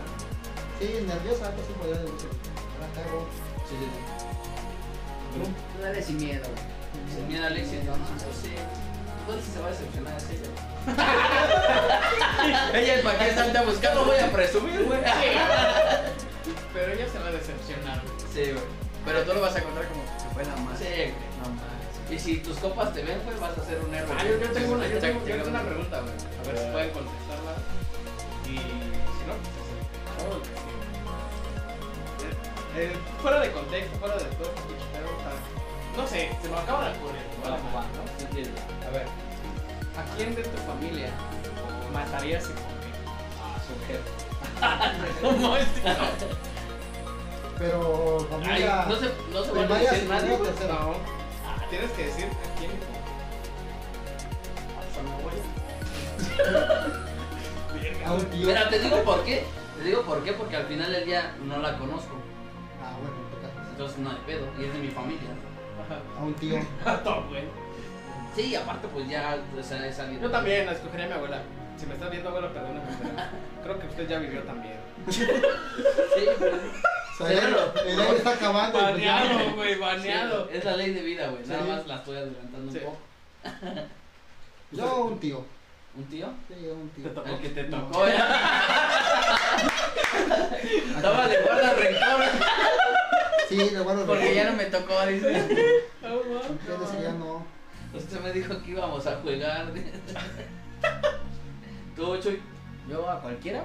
Speaker 2: Sí, nerviosa, algo sí podría decir. Ahora qué hago.
Speaker 1: Sí, sí, sí.
Speaker 5: Dale sin miedo, güey.
Speaker 1: Sin Pues miedo al éxito, ¿no? Pues Yo sé. Entonces se va a decepcionar así, güey.
Speaker 5: Ella es para qué anda
Speaker 1: Ya
Speaker 5: buscando,
Speaker 1: lo voy a presumir, güey.
Speaker 4: Pero ella se va a decepcionar. güey.
Speaker 1: Sí, güey.
Speaker 5: Pero tú lo vas a encontrar como que fue la más.
Speaker 1: Sí, güey.
Speaker 5: No mames.
Speaker 1: Y si tus copas te ven, pues vas a hacer un error.
Speaker 4: Ah, yo, yo tengo una, yo
Speaker 5: Check,
Speaker 4: tengo, yo
Speaker 5: check.
Speaker 4: tengo una pregunta, güey. A ver si pueden contestarla. Y si no, pues es el- todo lo que sigue. Eh, eh, Fuera de contexto, fuera de todo, pero, o sea, no sé, se me acaba de ocurrir. me va a
Speaker 1: Va,
Speaker 4: la
Speaker 1: va,
Speaker 4: mano, ¿no?
Speaker 1: ¿no? Sí, entiendo.
Speaker 4: A ver, ¿a quién de tu familia matarías y por qué?
Speaker 1: Ah, su jefe.
Speaker 4: No, este no.
Speaker 2: Pero
Speaker 1: Ay,
Speaker 2: familia.
Speaker 1: no se, no se va a
Speaker 2: primaria,
Speaker 1: decir nadie,
Speaker 2: secundaria,
Speaker 1: güey.
Speaker 2: tercera.
Speaker 4: No. Ah, Tienes que decir a quién y por qué. Hasta mi abuelo.
Speaker 2: A un tío.
Speaker 1: Mira, te digo por qué. Te digo por qué, porque al final del día no la conozco.
Speaker 2: Ah, bueno, en tu caso.
Speaker 1: Entonces no hay pedo. Y es de mi familia.
Speaker 2: A un tío.
Speaker 4: A tu abuelo.
Speaker 1: Sí, aparte, pues ya o sea, he salido.
Speaker 4: Yo también, la escogería a mi abuela. Si me estás viendo, abuela, perdóname. pero Creo que usted ya vivió también.
Speaker 1: Sí, pero-
Speaker 2: O sea, el
Speaker 1: Claro.
Speaker 2: el aire está acabando. y pues ya-
Speaker 4: güey,
Speaker 1: Sí, es la ley de vida, güey. Nada
Speaker 2: Sí.
Speaker 1: más la estoy adelantando
Speaker 4: Sí.
Speaker 1: un poco.
Speaker 2: Yo a un tío.
Speaker 1: ¿Un tío?
Speaker 2: Sí, a un tío.
Speaker 1: El que te
Speaker 2: No.
Speaker 1: tocó, ¿eh? Estaba de guarda rencor.
Speaker 2: Sí, de guardo
Speaker 5: Porque ya no me tocó, dice.
Speaker 4: No, mames.
Speaker 2: Entonces ya no.
Speaker 1: Usted me dijo que íbamos a jugar. Tú, Chuy. Ah,
Speaker 5: Yo a cualquiera.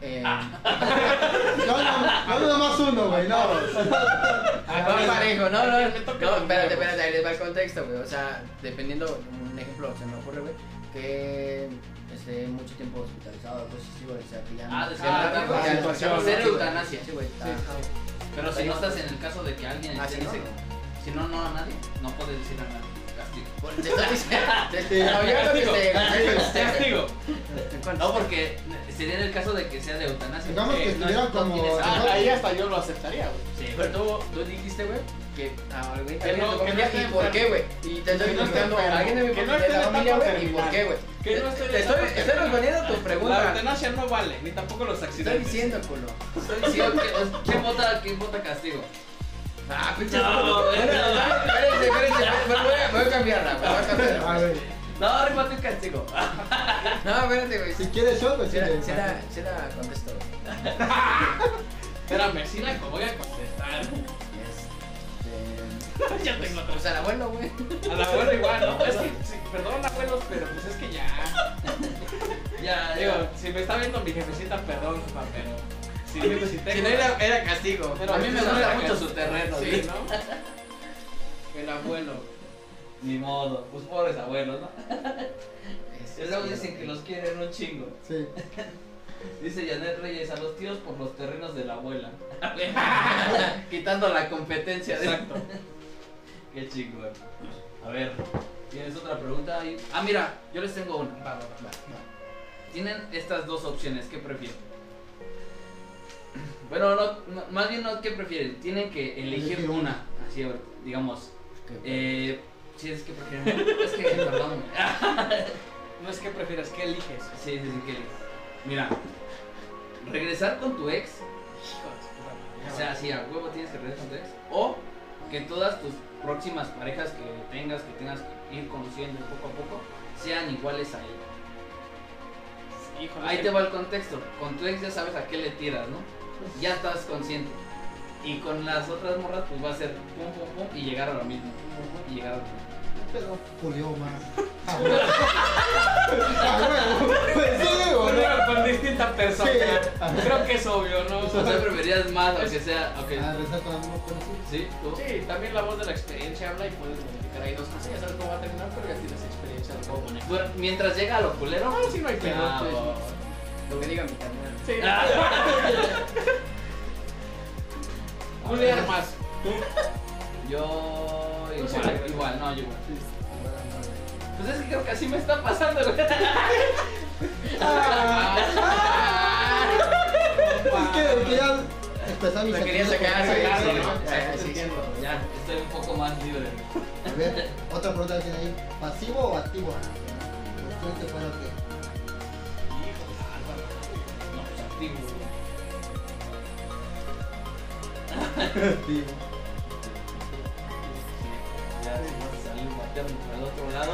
Speaker 5: Eh,
Speaker 2: Yo no, yo nada más uno, güey, no.
Speaker 5: Ah, No es parejo, no, no, no,
Speaker 4: Me toca la
Speaker 5: espérate,
Speaker 4: mía,
Speaker 5: espérate, ahí les va el contexto, güey. O sea, dependiendo, un ejemplo se me ocurre, güey, que esté mucho tiempo hospitalizado, cosas así, güey. O sea, que ya no.
Speaker 1: Ah, de
Speaker 5: ya
Speaker 1: ser
Speaker 5: no-
Speaker 4: ah,
Speaker 5: ya
Speaker 4: tipo
Speaker 5: no- ya no-
Speaker 4: situación,
Speaker 5: sí,
Speaker 4: ¿no?
Speaker 5: güey.
Speaker 1: Ser eutanasia.
Speaker 5: Sí, güey.
Speaker 4: Sí,
Speaker 5: ajá, güey.
Speaker 1: Pero si no estás en el caso de que alguien
Speaker 5: Ah,
Speaker 1: esté
Speaker 5: sí,
Speaker 1: en
Speaker 5: ¿no?
Speaker 1: ese- Si no, no a nadie. No puedes decir a nadie. Castigo.
Speaker 5: Por- Te estoy diciendo. te-
Speaker 2: Sí.
Speaker 5: no, yo creo que se- este,
Speaker 4: Te castigo.
Speaker 1: No, porque sería en el caso de que sea de eutanasia.
Speaker 2: Digamos que
Speaker 1: Eh, no-
Speaker 2: estuvieran
Speaker 1: no
Speaker 2: como-
Speaker 1: tienes-
Speaker 2: Ah,
Speaker 1: Ajá.
Speaker 4: ahí hasta yo lo aceptaría, güey.
Speaker 1: Sí,
Speaker 5: Pero tú, tú dijiste, güey, que a alguien
Speaker 4: Que
Speaker 5: de
Speaker 4: no-
Speaker 5: tu
Speaker 4: que no
Speaker 5: familia,
Speaker 4: esté
Speaker 5: ¿y por
Speaker 4: enfermo.
Speaker 5: qué, güey? Y te estoy
Speaker 4: Que no esté
Speaker 5: preguntando,
Speaker 4: enfermo.
Speaker 5: ¿alguien de mi
Speaker 4: Que no
Speaker 5: familia, de
Speaker 4: esté
Speaker 5: la
Speaker 4: en
Speaker 5: familia,
Speaker 4: etapa
Speaker 5: güey? ¿Y por
Speaker 4: terminal.
Speaker 5: qué, güey?
Speaker 4: Que no esté en
Speaker 5: Te estoy
Speaker 4: etapa
Speaker 5: estoy respondiendo a tu
Speaker 4: La
Speaker 5: pregunta.
Speaker 4: eutanasia no vale, ni tampoco los
Speaker 5: Te estoy
Speaker 4: accidentes.
Speaker 5: diciendo, culo. Te Estoy
Speaker 1: ¿Quién
Speaker 5: diciendo.
Speaker 1: quién vota, quién vota castigo?
Speaker 5: Ah, pinche.
Speaker 1: No,
Speaker 5: Bueno,
Speaker 1: güey.
Speaker 5: Espérense, espérense. Me voy a- me voy a cambiarla, güey. Voy
Speaker 2: Ah,
Speaker 5: a
Speaker 2: A
Speaker 5: cambiarla.
Speaker 2: ver,
Speaker 1: No, rifate un castigo. Ah,
Speaker 5: No, espérate, güey.
Speaker 2: si quieres yo, pues
Speaker 5: Si
Speaker 2: sí.
Speaker 5: la,
Speaker 2: le-
Speaker 5: si la, sí la contesto, güey.
Speaker 4: Espérame, sí la voy a contestar.
Speaker 5: Este,
Speaker 4: ya tengo otra.
Speaker 5: Pues al abuelo, güey.
Speaker 4: Al abuelo igual, ¿no? Es que, sí, perdón, abuelos, pero pues es que ya.
Speaker 1: Ya,
Speaker 4: Digo,
Speaker 1: digo.
Speaker 4: si me está viendo mi jefecita, perdón, papá, pero. Si, si tengo-
Speaker 5: Si no era, era castigo.
Speaker 4: Pero
Speaker 1: A mí me
Speaker 4: no
Speaker 1: gusta
Speaker 4: era
Speaker 1: mucho
Speaker 4: castigo.
Speaker 1: su terreno,
Speaker 4: Sí,
Speaker 1: güey.
Speaker 4: ¿no? El abuelo.
Speaker 1: Ni modo. Pues pobres abuelos, ¿no?
Speaker 5: Este,
Speaker 1: Y luego dicen que los quieren un chingo.
Speaker 2: Sí.
Speaker 1: Dice Janet Reyes, a los tíos por los terrenos de la abuela. Quitando la competencia. de-
Speaker 4: Exacto.
Speaker 1: Qué chingón. A ver, ¿tienes otra pregunta ahí? Ah, mira, yo les tengo una.
Speaker 4: Va, va, va.
Speaker 1: Tienen estas dos opciones, ¿qué prefieren? Bueno, no, no, más bien no, ¿qué prefieren? Tienen que elegir
Speaker 2: Elegir una.
Speaker 1: una, así, a ver, digamos.
Speaker 5: que-
Speaker 1: Eh, sí, es que prefieren. es que, perdón. güey. Ah,
Speaker 4: No es que prefieras, ¿qué eliges?
Speaker 1: sí, sí, sí, que eliges. Mira, regresar con tu ex,
Speaker 4: Hijo de su puta madre.
Speaker 1: o sea, sí, a huevo tienes que regresar con tu ex, o que todas tus próximas parejas que tengas, que tengas que ir conociendo poco a poco, sean iguales a él.
Speaker 4: Hijo de
Speaker 1: Ahí
Speaker 4: su-
Speaker 1: te va el contexto. Con tu ex ya sabes a qué le tiras, ¿no? Ya estás consciente. Y con las otras morras, pues va a ser pum, pum, pum y llegar a lo mismo. Pum, pum, pum, y llegar a lo mismo.
Speaker 2: Pero pulió Ah, más. A huevo. A huevo. Pues sí, güey.
Speaker 4: Pero con distinta persona.
Speaker 2: Sí.
Speaker 4: Creo que es obvio, ¿no? Ah.
Speaker 1: O sea, preferirías más, aunque sea. aunque-
Speaker 2: A regresar con Ah, la misma persona, sí.
Speaker 1: ¿Sí? ¿Tú?
Speaker 4: Sí, también la voz de la experiencia habla y puedes modificar ahí dos cosas. Ya sabes cómo va a terminar, pero ya tienes experiencia de cómo manejar.
Speaker 1: Bueno, mientras llega a lo culero.
Speaker 4: No, sí, no hay pedo.
Speaker 1: Ah,
Speaker 4: pues.
Speaker 1: bueno.
Speaker 5: Lo que diga mi carnal.
Speaker 4: Sí.
Speaker 1: Ah,
Speaker 4: Julián más.
Speaker 1: yo. Igual, igual, no, yo igual. Pues es que creo que así me está pasando, güey.
Speaker 2: Es Pues que desde que ya empezar mi
Speaker 5: La quería
Speaker 2: sentimiento
Speaker 5: sacar,
Speaker 2: con-
Speaker 5: güey.
Speaker 4: sacarlo,
Speaker 5: sí, sí,
Speaker 4: ¿no? Sacarlo,
Speaker 5: sí, sí.
Speaker 4: entiendo.
Speaker 1: Ya, estoy un poco más libre.
Speaker 2: A ver, otra pregunta que tiene ahí. ¿Pasivo o activo? Cuestión que fuera que.
Speaker 1: No, pues activo, güey.
Speaker 2: Activo.
Speaker 1: Ya si vas a salir pateando para el otro lado,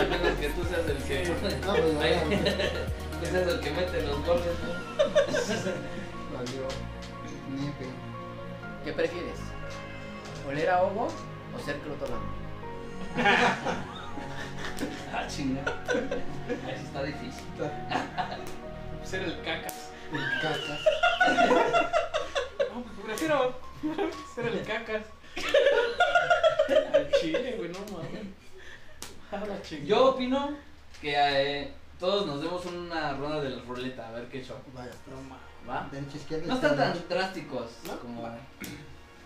Speaker 1: al menos que tú seas el que.
Speaker 2: No, pues lo
Speaker 1: Ay, Tú seas el que mete los goles, ¿no?
Speaker 2: Valió. Nepe.
Speaker 5: ¿Qué prefieres? ¿Oler a ovo o ser crotolano?
Speaker 1: Ah, chinga. Ahí sí está difícil.
Speaker 3: Ser el cacas.
Speaker 2: El cacas.
Speaker 3: No, pues prefiero ser el cacas. Al chile, güey, no mames. A la chingada.
Speaker 1: Yo opino que eh, todos nos demos una ronda de la ruleta, a ver qué show.
Speaker 2: Vaya.
Speaker 3: No mames.
Speaker 1: ¿Va?
Speaker 2: Derecha, izquierda.
Speaker 1: No están
Speaker 2: izquierda,
Speaker 1: tan drásticos
Speaker 3: ¿No?
Speaker 1: como.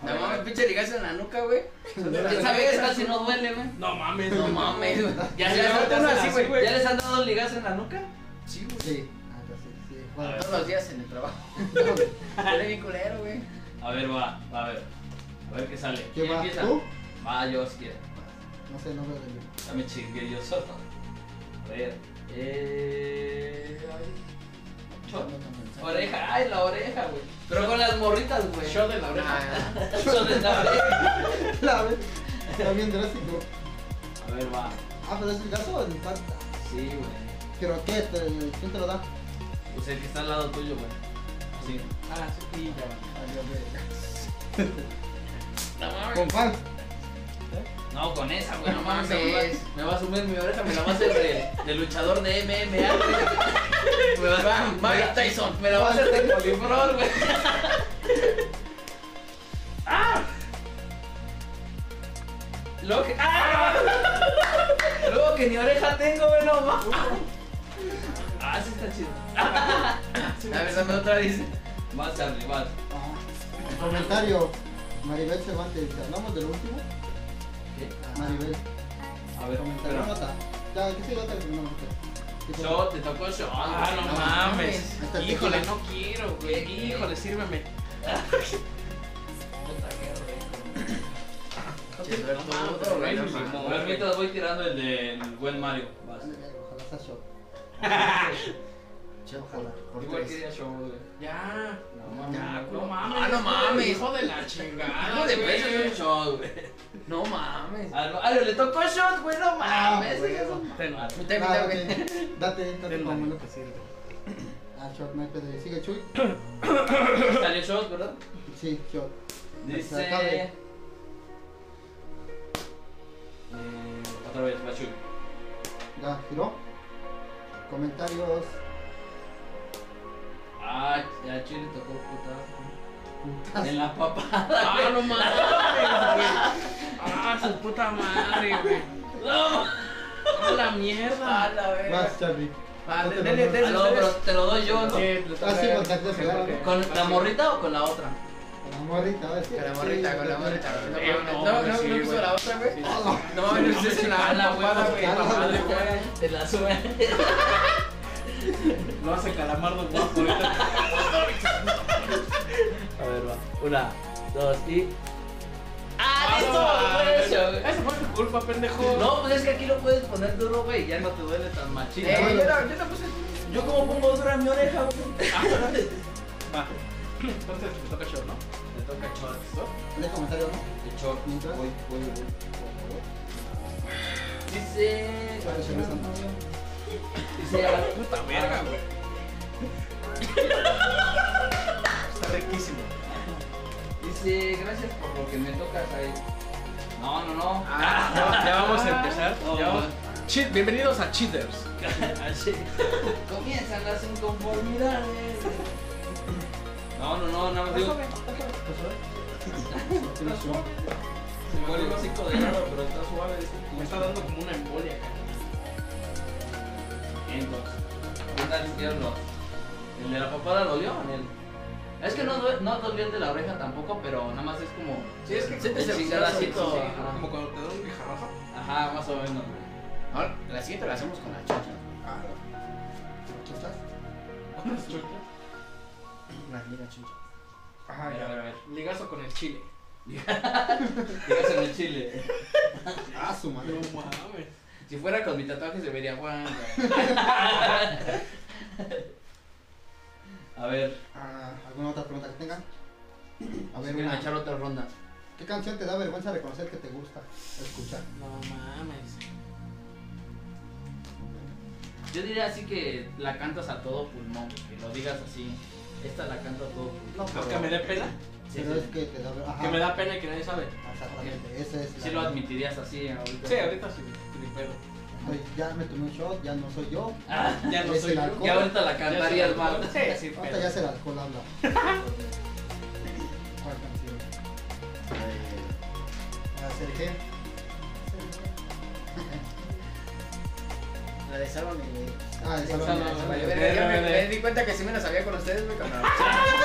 Speaker 5: No mames, pinche ligazo en la nuca, güey.
Speaker 1: Ya
Speaker 2: derecha.
Speaker 1: sabes, casi no duele, güey.
Speaker 3: No mames,
Speaker 5: No mames, güey.
Speaker 1: Ya
Speaker 3: Ya
Speaker 1: se
Speaker 3: se
Speaker 1: les
Speaker 3: levanta
Speaker 1: han
Speaker 3: uno
Speaker 1: dado
Speaker 3: así, güey.
Speaker 1: ¿Ya les han dado ligas en la nuca?
Speaker 5: Sí, güey.
Speaker 2: Sí. Ah, ya sí, sí. Bueno,
Speaker 5: Todos los días en el trabajo. Huele bien culero, güey.
Speaker 1: A ver, va, va a ver. A ver qué sale.
Speaker 2: ¿Qué
Speaker 1: ¿Quién
Speaker 2: va?
Speaker 1: empieza?
Speaker 2: ¿Tú?
Speaker 1: Va, yo si quiero.
Speaker 2: No sé, no veo el libro.
Speaker 1: Ya me chingué yo solo. A ver. Eh. ay, shot. Oreja, ay, la oreja, güey. Pero con las morritas,
Speaker 4: Pues,
Speaker 1: güey.
Speaker 3: Yo de la oreja.
Speaker 5: Ah,
Speaker 1: Shot en la oreja.
Speaker 2: La ve. Está bien drástico.
Speaker 1: A ver, va.
Speaker 2: Ah, pero es el caso o el impacto.
Speaker 1: Sí, güey.
Speaker 2: ¿Pero qué? Te- ¿Quién te lo da?
Speaker 1: Pues el que está al lado tuyo, güey. Sí.
Speaker 3: Ah, sí, sí, ya. va.
Speaker 2: Ay, Dios mío.
Speaker 5: No mames.
Speaker 2: Con pan.
Speaker 1: No, con esa, güey, no
Speaker 5: No
Speaker 1: mames.
Speaker 5: mames.
Speaker 1: me va- Me va a sumir mi oreja, me la va a hacer de, de luchador de MMA, güey. Me va, me va-
Speaker 5: Mike Tyson.
Speaker 1: me la va a hacer de coliflor, güey. ¡Ah! Luego que, ¡Ah! Luego que ni oreja tengo, güey, no mames. Ah, sí está chido.
Speaker 5: A ver, dame otra, dice.
Speaker 1: Vas, Charlie, vas.
Speaker 2: Ah, el comentario. Maribel Cervantes, ¿te hablamos del último?
Speaker 1: ¿Qué?
Speaker 5: Ah,
Speaker 2: Maribel,
Speaker 1: A
Speaker 5: pues,
Speaker 1: ver,
Speaker 2: comentario
Speaker 1: pero...
Speaker 2: nota. Ya, aquí se nota el nombre.
Speaker 1: Yo, te tocó el show.
Speaker 3: Ah, no mames.
Speaker 2: Hasta el
Speaker 3: Híjole,
Speaker 2: tequila.
Speaker 3: no quiero, güey. Híjole, sírveme.
Speaker 1: Puta, qué rico.
Speaker 5: Che, suerte,
Speaker 3: No mames,
Speaker 5: otro, güey, no
Speaker 3: buenísimo.
Speaker 5: mames.
Speaker 1: A ver, mientras voy tirando el del buen Mario. Vas.
Speaker 2: Ojalá sea show.
Speaker 5: Che, ojalá. Por
Speaker 1: Igual
Speaker 5: tres.
Speaker 1: quería show, güey.
Speaker 3: Ya.
Speaker 1: No,
Speaker 3: Ya, no mames.
Speaker 5: Ah, no mames.
Speaker 3: Hijo de la
Speaker 4: Ah,
Speaker 3: chingada.
Speaker 5: Hijo de
Speaker 3: güey.
Speaker 5: peso,
Speaker 1: es un shot, güey. Ah,
Speaker 5: No mames.
Speaker 1: Al Mario le tocó shot, güey, no mames.
Speaker 2: güey,
Speaker 1: eso.
Speaker 2: no.
Speaker 1: Ten,
Speaker 5: Ah,
Speaker 1: Mario.
Speaker 5: te
Speaker 2: Ah,
Speaker 5: invito, güey.
Speaker 2: Date, date, date como lo que
Speaker 3: sirve.
Speaker 2: Ah, shot, no hay pedo. Sigue Chuy.
Speaker 1: Salió shot, ¿verdad?
Speaker 2: Sí, shot. Se
Speaker 1: Dice.
Speaker 2: acabe.
Speaker 1: Eh, eh, otra vez, Pachu.
Speaker 2: Ya, giró. Comentarios.
Speaker 1: Ah, a Chuy le tocó puta.
Speaker 2: Putas.
Speaker 1: En la papa.
Speaker 3: Ah, no mames. güey. Ah, su puta madre, güey.
Speaker 1: No,
Speaker 3: A la mierda.
Speaker 5: la verga.
Speaker 2: Vas, Charlie.
Speaker 5: Ah,
Speaker 2: No te
Speaker 5: dele,
Speaker 2: lo-
Speaker 5: dele,
Speaker 1: Ah, no, pero te lo doy yo, ¿no?
Speaker 2: Ah, sí, contactos, claro.
Speaker 1: ¿Con la morrita o con la otra?
Speaker 2: Con la morrita, a ver si.
Speaker 5: Con la morrita, con la morrita. No,
Speaker 3: Eh,
Speaker 5: mames.
Speaker 3: no,
Speaker 5: no, no,
Speaker 3: hombre, sí,
Speaker 5: no quiso
Speaker 3: güey.
Speaker 5: la otra, güey.
Speaker 3: Sí.
Speaker 5: No mames, no quiso la
Speaker 1: Jala,
Speaker 5: la papada,
Speaker 1: güey,
Speaker 5: güey.
Speaker 2: jala,
Speaker 5: Papada,
Speaker 2: güey.
Speaker 5: güey.
Speaker 1: Te la sube.
Speaker 3: Lo hace calamardo guapo ahorita.
Speaker 1: A ver, va. Una, dos y.
Speaker 3: Ah,
Speaker 1: ¡Ah,
Speaker 3: no,
Speaker 1: listo! Fue eso, güey.
Speaker 3: Esa fue tu culpa, pendejo.
Speaker 1: No, pues es que aquí lo puedes poner duro, güey, y ya no te duele tan machito.
Speaker 5: Eh,
Speaker 2: bueno.
Speaker 5: yo la- yo la puse.
Speaker 1: Yo como pongo dura mi oreja, güey.
Speaker 3: Va. Entonces te toca show, ¿no?
Speaker 1: Te toca short.
Speaker 2: Dale comentario, ¿no?
Speaker 1: El short.
Speaker 2: Mientras.
Speaker 1: Voy, voy, voy. Dice.
Speaker 2: Vale, se me está-
Speaker 1: Dice.
Speaker 3: Puta verga, güey. Está riquísimo.
Speaker 1: Dice, gracias por lo que me tocas ahí. No, no, no.
Speaker 3: Ya, ya vamos a empezar.
Speaker 1: No,
Speaker 3: Ya vamos- Cheat- Bienvenidos a Cheaters.
Speaker 1: Así. Comienzan las inconformidades. No, no, no, nada más digo.
Speaker 2: Pues, Tiene show.
Speaker 1: Se me vuelve un hocico de raro, pero está suave.
Speaker 3: Me está dando como una embolia, cara.
Speaker 1: Entonces, ¿qué tal hicieron los? ¿El de la papada dolió o en él? Es que no, due- no dolió el de la oreja tampoco, pero nada más es como.
Speaker 5: Sí, es que
Speaker 1: El
Speaker 5: se puso
Speaker 1: chingadacito.
Speaker 5: eso,
Speaker 1: ajá.
Speaker 3: Como cuando te da un guijarrazo.
Speaker 1: Ajá, más o menos.
Speaker 5: sí.
Speaker 1: güey.
Speaker 5: Ahora, la siguiente la hacemos con la chucha.
Speaker 2: Ah, ¿Qué estás?
Speaker 5: La mira chucha.
Speaker 1: A
Speaker 2: Ajá,
Speaker 1: ver, a ver, a ver.
Speaker 3: Ligazo con el chile.
Speaker 1: Llegas en el chile.
Speaker 2: Ah, su madre.
Speaker 3: mames.
Speaker 1: Si fuera con mi tatuaje se vería Juan. güey. A ver,
Speaker 2: Ah, ¿Alguna otra pregunta que tengan? A
Speaker 1: a
Speaker 2: ver,
Speaker 1: ver, quieren
Speaker 2: una.
Speaker 1: echar otra ronda.
Speaker 2: ¿Qué canción te da vergüenza reconocer que te gusta escuchar?
Speaker 3: No mames.
Speaker 1: Yo diría así que la cantas a todo pulmón, güey, que lo digas así. Esta la canta todo.
Speaker 2: No,
Speaker 3: Pues que me dé pena.
Speaker 1: Sí,
Speaker 2: Pero
Speaker 1: sí.
Speaker 2: es que te da. Ajá.
Speaker 3: Que me da pena y que nadie sabe.
Speaker 2: Exactamente, esa es.
Speaker 1: Sí lo admitirías así ahorita.
Speaker 3: Sí, ahorita sí, ni pedo.
Speaker 2: Soy- ya me tomé un shot, ya no soy yo.
Speaker 1: Ah,
Speaker 3: Ya no
Speaker 2: Es
Speaker 3: soy
Speaker 2: el
Speaker 3: yo.
Speaker 2: alcohol.
Speaker 1: ya ahorita la cantarías mal.
Speaker 3: Sí, sí,
Speaker 2: Ahorita ya
Speaker 3: pero.
Speaker 2: se el alcohol habla. ¿Cuál canción? ¿La de Sergio?
Speaker 5: La de Sálvame, güey.
Speaker 2: Ah, de Salón.
Speaker 3: Sálvame,
Speaker 5: Sálvame,
Speaker 3: Sálvame.
Speaker 5: verga, yo me,
Speaker 3: Verga,
Speaker 5: me di cuenta que sí me la sabía con ustedes, güey, cabrón.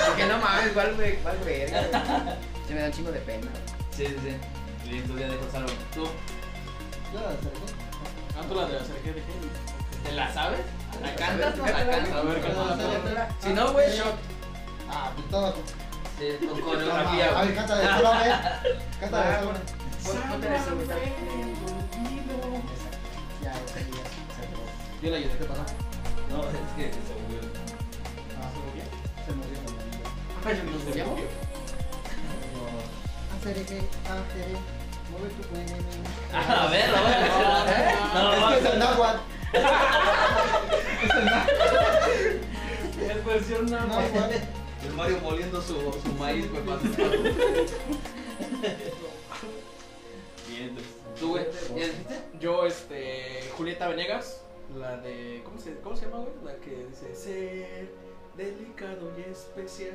Speaker 5: Porque no mames, igual, güey, igual, verga, güey. Se me da un chingo de pena.
Speaker 1: Sí, sí, sí. Listo, ya dejo salvo. ¿Tú
Speaker 2: Yo la de Sergio.
Speaker 3: Ah, tú la de la Sergio de Kelly.
Speaker 1: te la sabes? ¿La cantas? No
Speaker 5: A
Speaker 1: la
Speaker 5: ver,
Speaker 1: cantas.
Speaker 3: a ver,
Speaker 1: ¿cómo
Speaker 3: cómo
Speaker 1: la
Speaker 3: la
Speaker 1: cantas?
Speaker 5: Si no, güey, shot.
Speaker 2: Ah, pues todo.
Speaker 1: Sí, tu
Speaker 2: A ver,
Speaker 1: coreografía.
Speaker 2: canta de Sálvame. Canta de
Speaker 5: Ah,
Speaker 2: Sálvame.
Speaker 5: bueno. Pon- Ponte eso, güey. dale.
Speaker 2: Ya, esa ya se acabó.
Speaker 3: Yo la ayudé.
Speaker 2: ¿Qué pasó?
Speaker 1: No, es que se murió.
Speaker 2: Ah, se murió. Se murió. Se murió.
Speaker 5: ¿Nos llamo?
Speaker 2: Acerejé, acerejé. Mueve tu cuello.
Speaker 3: Ah,
Speaker 1: A ver, a ver.
Speaker 3: ¿Eh?
Speaker 1: No, no,
Speaker 2: Es que es el náhuatl. Es el náhuatl.
Speaker 3: Es versión nada más.
Speaker 2: náhuatl.
Speaker 1: El Mario moliendo su, su maíz, güey, para Bien, entonces, ¿Tú, güey? ¿Ya dijiste?
Speaker 3: Yo, este. Julieta Venegas, la de. ¿Cómo se, cómo se llama, güey? La que dice. Ser delicado y especial.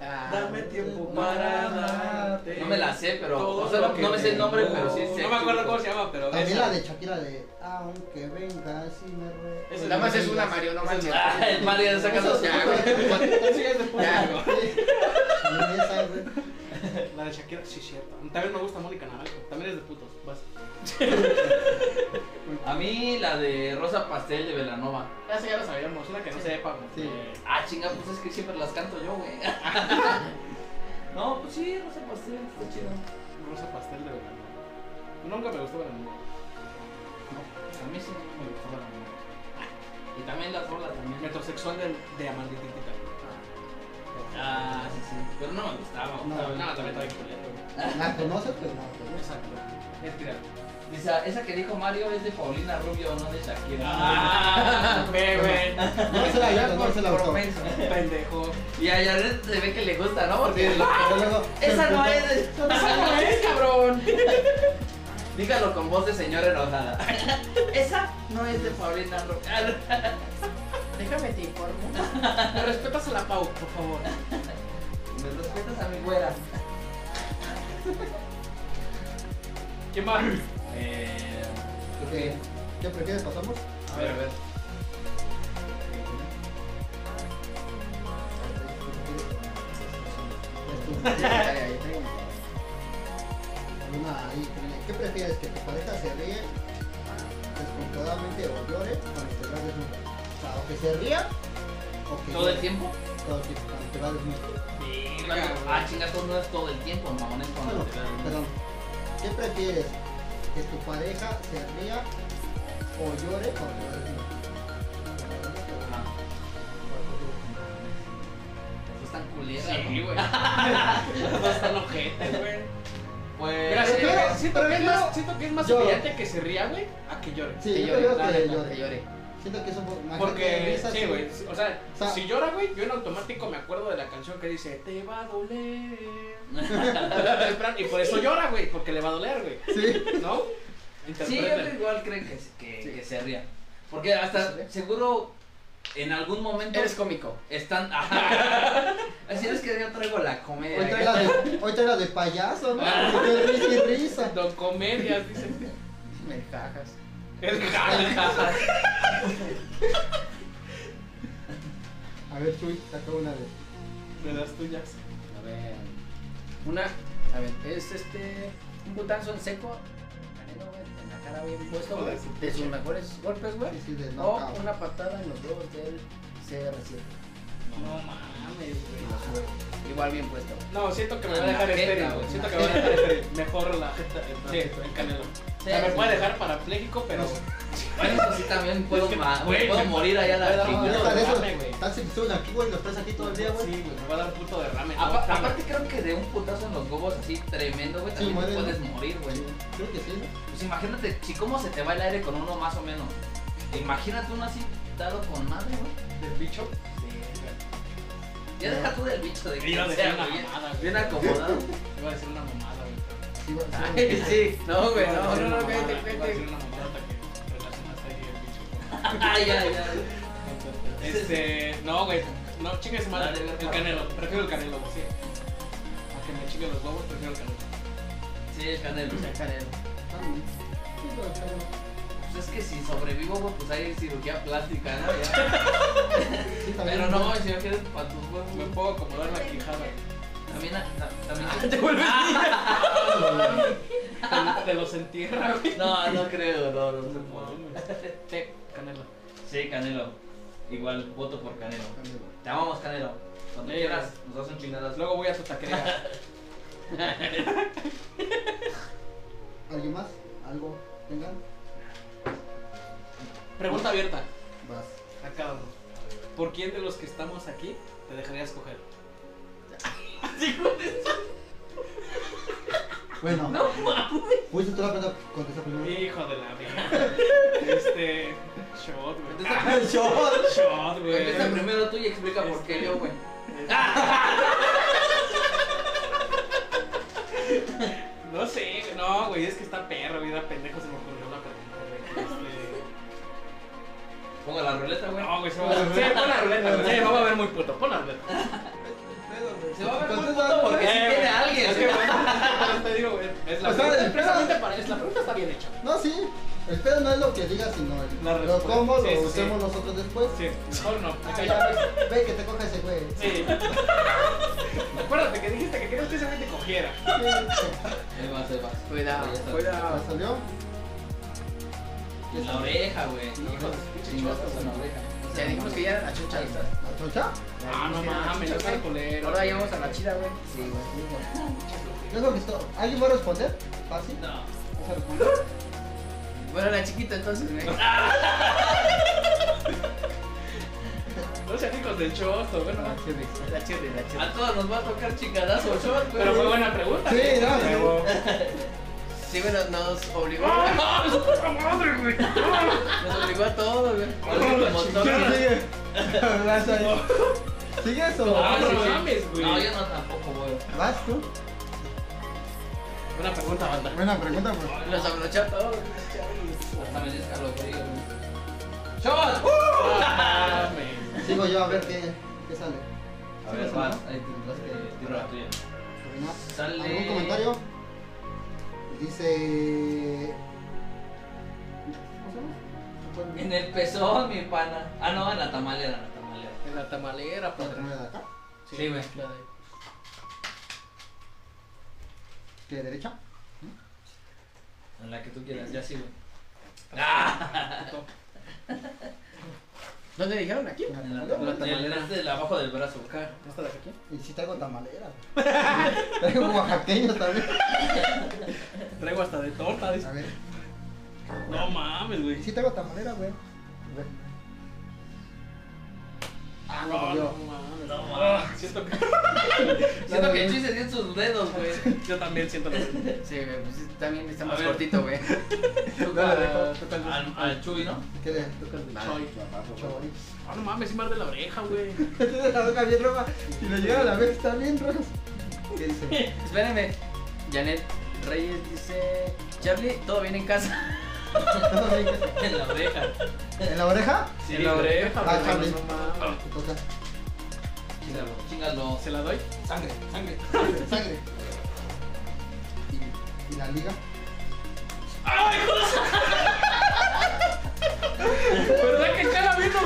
Speaker 3: Dame tiempo para darte.
Speaker 1: No me la sé, pero.
Speaker 3: todo
Speaker 1: O sea, no,
Speaker 3: lo que
Speaker 1: no me sé el nombre,
Speaker 3: tengo.
Speaker 1: pero sí sé.
Speaker 3: No me acuerdo cómo se llama, pero.
Speaker 2: También
Speaker 3: esa.
Speaker 2: la de Shakira de Aunque vengas y me re.
Speaker 3: Esa
Speaker 5: Nada más es una, Mario, no manches.
Speaker 1: Ah, el Mario ya saca dos.
Speaker 5: Ya, güey.
Speaker 3: Esa ya es de
Speaker 5: Ya.
Speaker 3: público.
Speaker 2: Sí, esa, güey.
Speaker 3: La de Shakira, sí, cierto. También me gusta Mónica Naranjo. También es de putos. Vas.
Speaker 1: A mí la de Rosa Pastel de Velanova.
Speaker 3: Esa ya la sabíamos. Una que no sepamos.
Speaker 2: Sí.
Speaker 3: Eh,
Speaker 1: Ah, chinga, pues es que siempre las canto yo, güey. No, pues sí, Rosa Pastel, está chido.
Speaker 3: Rosa pastel de verano. Nunca me gustó verano.
Speaker 1: A mí sí me gustó Velanova. Y también la rola también.
Speaker 3: Metrosexual de, de Amandititita.
Speaker 1: Ah, sí, sí. Pero no me gustaba.
Speaker 2: No,
Speaker 1: gustaba.
Speaker 3: Ah, No, también trae culero.
Speaker 2: La conoces, pero no. pero-
Speaker 3: Exacto. Es tirar.
Speaker 1: Dice, esa que dijo Mario es de Paulina Rubio, no de Shakira.
Speaker 3: Ah, bebé.
Speaker 2: No se la
Speaker 5: Ya
Speaker 2: ayudo, no se la
Speaker 5: por
Speaker 2: auto.
Speaker 5: propenso.
Speaker 3: Pendejo.
Speaker 1: Y a Jared se ve que le gusta, ¿no? Porque lo-
Speaker 2: Pero luego.
Speaker 1: esa no es. Esa no es, cabrón. Dígalo con voz de señora enojada. Ah, Esa no es de Paulina Rubio.
Speaker 5: Déjame te informo.
Speaker 3: Me respetas a la Pau, por favor.
Speaker 1: Me respetas a mi güera.
Speaker 3: ¿Quién va?
Speaker 1: Eh, ¿tú
Speaker 2: ¿Qué?
Speaker 1: qué?
Speaker 2: ¿Qué prefieres? ¿Pasamos?
Speaker 5: A ver, a ver. Ahí traigo mi papel.
Speaker 2: Una ahí, ¿qué prefieres? ¿Que tu pareja se ríe descontroladamente o llore cuando te vas desnudo? O sea, o que se ría o que
Speaker 1: ¿Todo el
Speaker 2: llore.
Speaker 1: tiempo?
Speaker 2: Todo el tiempo, cuando te vas desnudo.
Speaker 1: Ah, chingados, no es todo el tiempo, mamón, es cuando
Speaker 2: Bueno,
Speaker 1: te vean.
Speaker 2: perdón. ¿Qué prefieres? ¿Que tu pareja se ría o llore cuando te vas desnudo?
Speaker 1: Ah, pues están culeras,
Speaker 3: Sí,
Speaker 1: ¿no?
Speaker 3: güey. Los dos están ojetes, güey.
Speaker 1: Pues.
Speaker 3: Mira, siento
Speaker 2: pero-
Speaker 3: que- siento
Speaker 2: pero
Speaker 3: que es
Speaker 2: yo-
Speaker 3: más- siento que es más
Speaker 2: yo-
Speaker 3: humillante que se ría, güey, a que llore.
Speaker 2: Sí,
Speaker 5: Que
Speaker 2: yo creo
Speaker 5: llore, la
Speaker 2: que
Speaker 5: neta, que
Speaker 2: llore.
Speaker 5: llore.
Speaker 2: Siento que eso fue más
Speaker 3: Porque,
Speaker 2: risa,
Speaker 3: sí, güey, o sea,
Speaker 2: O sea-
Speaker 3: si llora, güey, yo en automático me acuerdo de la canción que dice, te va a doler. Temprano, y por eso llora, güey, porque le va a doler, güey,
Speaker 2: Sí.
Speaker 3: ¿no?
Speaker 1: Sí,
Speaker 3: Interpreten.
Speaker 1: yo igual creen que, que, que se ría. Porque hasta seguro en algún momento
Speaker 5: Eres cómico.
Speaker 1: están. Así es que yo traigo la
Speaker 3: Eh,
Speaker 1: comedia.
Speaker 2: Hoy era de, hoy era de payaso, ¿no?
Speaker 3: Ah.
Speaker 2: Qué risa y risa.
Speaker 3: Don Comedias, dice. ah,
Speaker 5: Me cajas.
Speaker 3: El jaja.
Speaker 2: A ver, Chuy, saca una vez.
Speaker 3: De las tuyas.
Speaker 5: A ver. Una, a ver, es este. Un putazo en seco. Canelo, güey, en la cara bien puesto, güey. De sus mejores golpes, güey.
Speaker 2: Sí, sí, de
Speaker 5: O
Speaker 2: knockout.
Speaker 5: una patada en los huevos del CR7.
Speaker 3: No mames, güey.
Speaker 5: Igual bien puesto.
Speaker 3: No, siento que me va
Speaker 1: En
Speaker 3: a
Speaker 1: Ah, la
Speaker 3: dejar
Speaker 1: jeta,
Speaker 3: estéril,
Speaker 1: güey.
Speaker 3: güey. Siento que me va a dejar estéril. Mejor la jeta, el, sí, el canelo. o sea, me puede dejar parapléjico, pero.
Speaker 1: Bueno, eso sí también puedo,
Speaker 3: Es que,
Speaker 1: ma-
Speaker 3: güey,
Speaker 1: puedo
Speaker 3: me-
Speaker 1: morir allá a
Speaker 3: me
Speaker 1: la
Speaker 3: da-
Speaker 2: Ya
Speaker 1: chingada.
Speaker 3: no,
Speaker 2: está de
Speaker 3: dame,
Speaker 2: eso.
Speaker 3: güey.
Speaker 2: Estás en Zoom aquí, güey, lo estás aquí todo el día, güey.
Speaker 3: Sí, güey, me va a dar puto derrame.
Speaker 1: Apa-
Speaker 3: No, güey.
Speaker 1: aparte creo que de un putazo en los huevos así tremendo, güey,
Speaker 2: Sí,
Speaker 1: también te
Speaker 2: muere, ¿no?
Speaker 1: puedes morir, güey.
Speaker 2: Creo que sí, ¿no?
Speaker 1: Pues imagínate, si cómo se te va el aire con uno más o menos. Imagínate uno así dado con madre, güey.
Speaker 3: del bicho.
Speaker 1: Ya deja tú del bicho de
Speaker 3: Iba a
Speaker 1: quien
Speaker 3: decir
Speaker 1: sea,
Speaker 3: una
Speaker 1: güey, bien-
Speaker 3: mamada, güey.
Speaker 1: Bien acomodado.
Speaker 3: Iba a decir una mamada, güey.
Speaker 2: Sí, va- sí, va-
Speaker 1: Ay, sí, no, güey, no, no, no,
Speaker 3: Iba a
Speaker 1: vete,
Speaker 3: decir una mamada, iba a decir
Speaker 1: vete.
Speaker 3: una mamadota que relacionaste ahí el bicho con-
Speaker 1: Ay, Ah, ya, ya.
Speaker 3: Este, no, güey. No, chingue su madre.
Speaker 1: Dale, dale,
Speaker 3: El
Speaker 1: dale.
Speaker 3: canelo. Prefiero el canelo, güey. Sí. A que me chingue los huevos, prefiero el canelo.
Speaker 1: Sí, el canelo.
Speaker 2: Ah, no. Sí, va, está bueno.
Speaker 1: Pues es que si sobrevivo, güey, pues hay cirugía plástica, ¿no? Ya.
Speaker 2: Sí, también.
Speaker 1: Pero no, si no quieres para tus huevos.
Speaker 3: Me puedo acomodar la quijada.
Speaker 1: También, ta- también.
Speaker 3: Te- Te los entierra, güey.
Speaker 1: No, no creo, no, no se puede.
Speaker 3: Sí, canelo.
Speaker 1: Sí, Canelo. Igual voto por Canelo.
Speaker 2: También.
Speaker 1: Te amamos, Canelo. Cuando
Speaker 3: Sí.
Speaker 1: quieras, nos das un chingadazo.
Speaker 3: Luego voy a su taquería.
Speaker 2: ¿Alguien más? ¿Algo? ¿Tengan?
Speaker 3: Pregunta abierta.
Speaker 2: Vas.
Speaker 3: A cada uno. ¿Por quién de los que estamos aquí te dejarías coger?
Speaker 2: Bueno. No Fuiste tú la pregunta, contesta primero.
Speaker 3: Hijo de la vida. Este. Shot, güey.
Speaker 1: Empieza,
Speaker 2: ¡El short!
Speaker 3: Shot,
Speaker 1: empieza
Speaker 3: güey.
Speaker 1: primero tú y explica por qué yo, güey.
Speaker 3: No sé, güey, no, güey, es que está perro, vida pendejo, se me ocurrió la pregunta, güey. Este...
Speaker 1: Pongo la ruleta, güey.
Speaker 3: No, güey, se va a ver. Sí, pon la ruleta, güey. Sí, vamos a ver muy puto, pon la ruleta.
Speaker 1: Se va a ver muy
Speaker 2: Entonces,
Speaker 1: puto porque
Speaker 3: Eh,
Speaker 1: sí
Speaker 3: güey,
Speaker 1: tiene a alguien.
Speaker 3: Es que, güey, te digo, güey, es la
Speaker 2: O sea,
Speaker 3: pregunta.
Speaker 2: el-
Speaker 3: precisamente para- es- La pregunta está bien hecha.
Speaker 2: No, sí. El pedo no es lo que digas, sino el,
Speaker 3: La
Speaker 2: lo
Speaker 3: respuesta.
Speaker 2: cómo
Speaker 3: Sí,
Speaker 2: lo
Speaker 3: sí, sí.
Speaker 2: usemos nosotros después.
Speaker 3: Sí, mejor no.
Speaker 2: Ah, ya, pues, ve que te coja ese güey.
Speaker 3: Sí. Acuérdate que dijiste que querías que esa gente cogiera.
Speaker 1: Ahí va, ahí va.
Speaker 5: Cuidado,
Speaker 1: Ahí está.
Speaker 2: Ah,
Speaker 5: cuidado.
Speaker 2: ¿Salió?
Speaker 1: En la oreja, güey.
Speaker 5: Hijo de
Speaker 1: No,
Speaker 5: pinche
Speaker 1: Chingazos en la oreja.
Speaker 5: Ya dijimos que ya era la chucha. ¿La
Speaker 2: ¿La chocha?
Speaker 3: Ah,
Speaker 5: dijimos
Speaker 3: no
Speaker 5: que era la
Speaker 3: mames, yo
Speaker 5: chucha,
Speaker 3: soy
Speaker 5: güey.
Speaker 3: culero.
Speaker 5: Ahora llevamos a la chida, güey.
Speaker 2: Sí, güey. Yo creo que esto. ¿Alguien va a responder? ¿Fácil?
Speaker 1: No.
Speaker 2: ¿Vas a responder?
Speaker 5: Bueno, la chiquita entonces, güey.
Speaker 3: No sean hijos del choto, bueno.
Speaker 2: Ah, sí, güey.
Speaker 5: La chida, la chida.
Speaker 1: A todos nos va a tocar chingadazos, short, güey.
Speaker 3: Pero fue buena pregunta.
Speaker 2: Sí,
Speaker 3: güey.
Speaker 2: no, sí.
Speaker 3: Huevo.
Speaker 5: Sí, bueno, nos obligó.
Speaker 3: ¡Ah, no, su puta madre, güey!
Speaker 5: Nos obligó a todos, güey.
Speaker 1: Ahorita como todo.
Speaker 2: Sigue. Gracias. ¿Sigue eso?
Speaker 3: Ah,
Speaker 1: sí,
Speaker 3: no
Speaker 1: sí.
Speaker 3: mames, güey.
Speaker 1: No, yo no tampoco, güey.
Speaker 2: ¿Vas tú?
Speaker 3: Una pregunta, banda.
Speaker 2: Buena pregunta, pues.
Speaker 3: Ah,
Speaker 5: Nos abrochó a todos.
Speaker 1: Hasta me descalofrío, güey. ¡Shot!
Speaker 3: Ah, mames.
Speaker 2: Sigo yo a ver qué, qué sale.
Speaker 1: A ver,
Speaker 2: ¿Sigues o
Speaker 1: vas.
Speaker 2: no?
Speaker 1: Ahí tendrás que tirar Eh, la tuya.
Speaker 2: Terminar.
Speaker 1: Sale-
Speaker 2: ¿Algún comentario? Dice. ¿Cómo se
Speaker 1: En
Speaker 2: llama?
Speaker 1: el pezón, mi pana. Ah, no, en la tamalera, en la tamalera.
Speaker 5: En la tamalera, pues.
Speaker 2: ¿La
Speaker 5: padre.
Speaker 2: primera de acá?
Speaker 1: Sí, güey.
Speaker 5: La de-
Speaker 2: ¿De derecha?
Speaker 1: En la que tú quieras, ya Ah. sí, güey.
Speaker 5: ¿Dónde dijeron? ¿Aquí?
Speaker 1: En la tamalera. Es del abajo del brazo.
Speaker 5: Acá. ¿Esta de aquí?
Speaker 2: Y si traigo tamalera. traigo oaxaqueño también.
Speaker 3: Traigo hasta de torta, dice.
Speaker 2: A ver.
Speaker 3: No mames, güey.
Speaker 2: Y si traigo tamalera, güey. A ver. Ah, no,
Speaker 3: No,
Speaker 2: dolió.
Speaker 3: no mames. No mames. Siento que.
Speaker 1: Siento que Chuy se dio en sus dedos, güey.
Speaker 3: Yo también siento lo mismo.
Speaker 5: Sí, güey, pues sí, también está
Speaker 1: A
Speaker 5: más
Speaker 1: ver.
Speaker 5: cortito, güey.
Speaker 1: Toca
Speaker 2: Dale, dejo, toca el beso.
Speaker 1: al, al Chuy, ¿no?
Speaker 2: ¿Qué le
Speaker 5: Vale.
Speaker 2: chaval?
Speaker 3: Ah, no mames, sí me arde la oreja, güey.
Speaker 2: Tiene la boca bien roja y lo llega a la vez está bien roja. ¿Qué dice?
Speaker 5: Espérenme. Janet Reyes dice... Charlie, ¿todo bien en casa?
Speaker 1: En la oreja.
Speaker 2: ¿En la oreja?
Speaker 1: Sí,
Speaker 3: en la
Speaker 1: güey.
Speaker 3: oreja,
Speaker 2: Ah,
Speaker 3: güey.
Speaker 2: Charlie.
Speaker 3: No mames.
Speaker 2: Te toca.
Speaker 1: Chíngalo, Chíngalo.
Speaker 3: ¿Se la doy?
Speaker 2: Sangre,
Speaker 3: Sangre.
Speaker 2: sangre. ¿Y, y la liga?
Speaker 3: ¿Verdad que está la misma?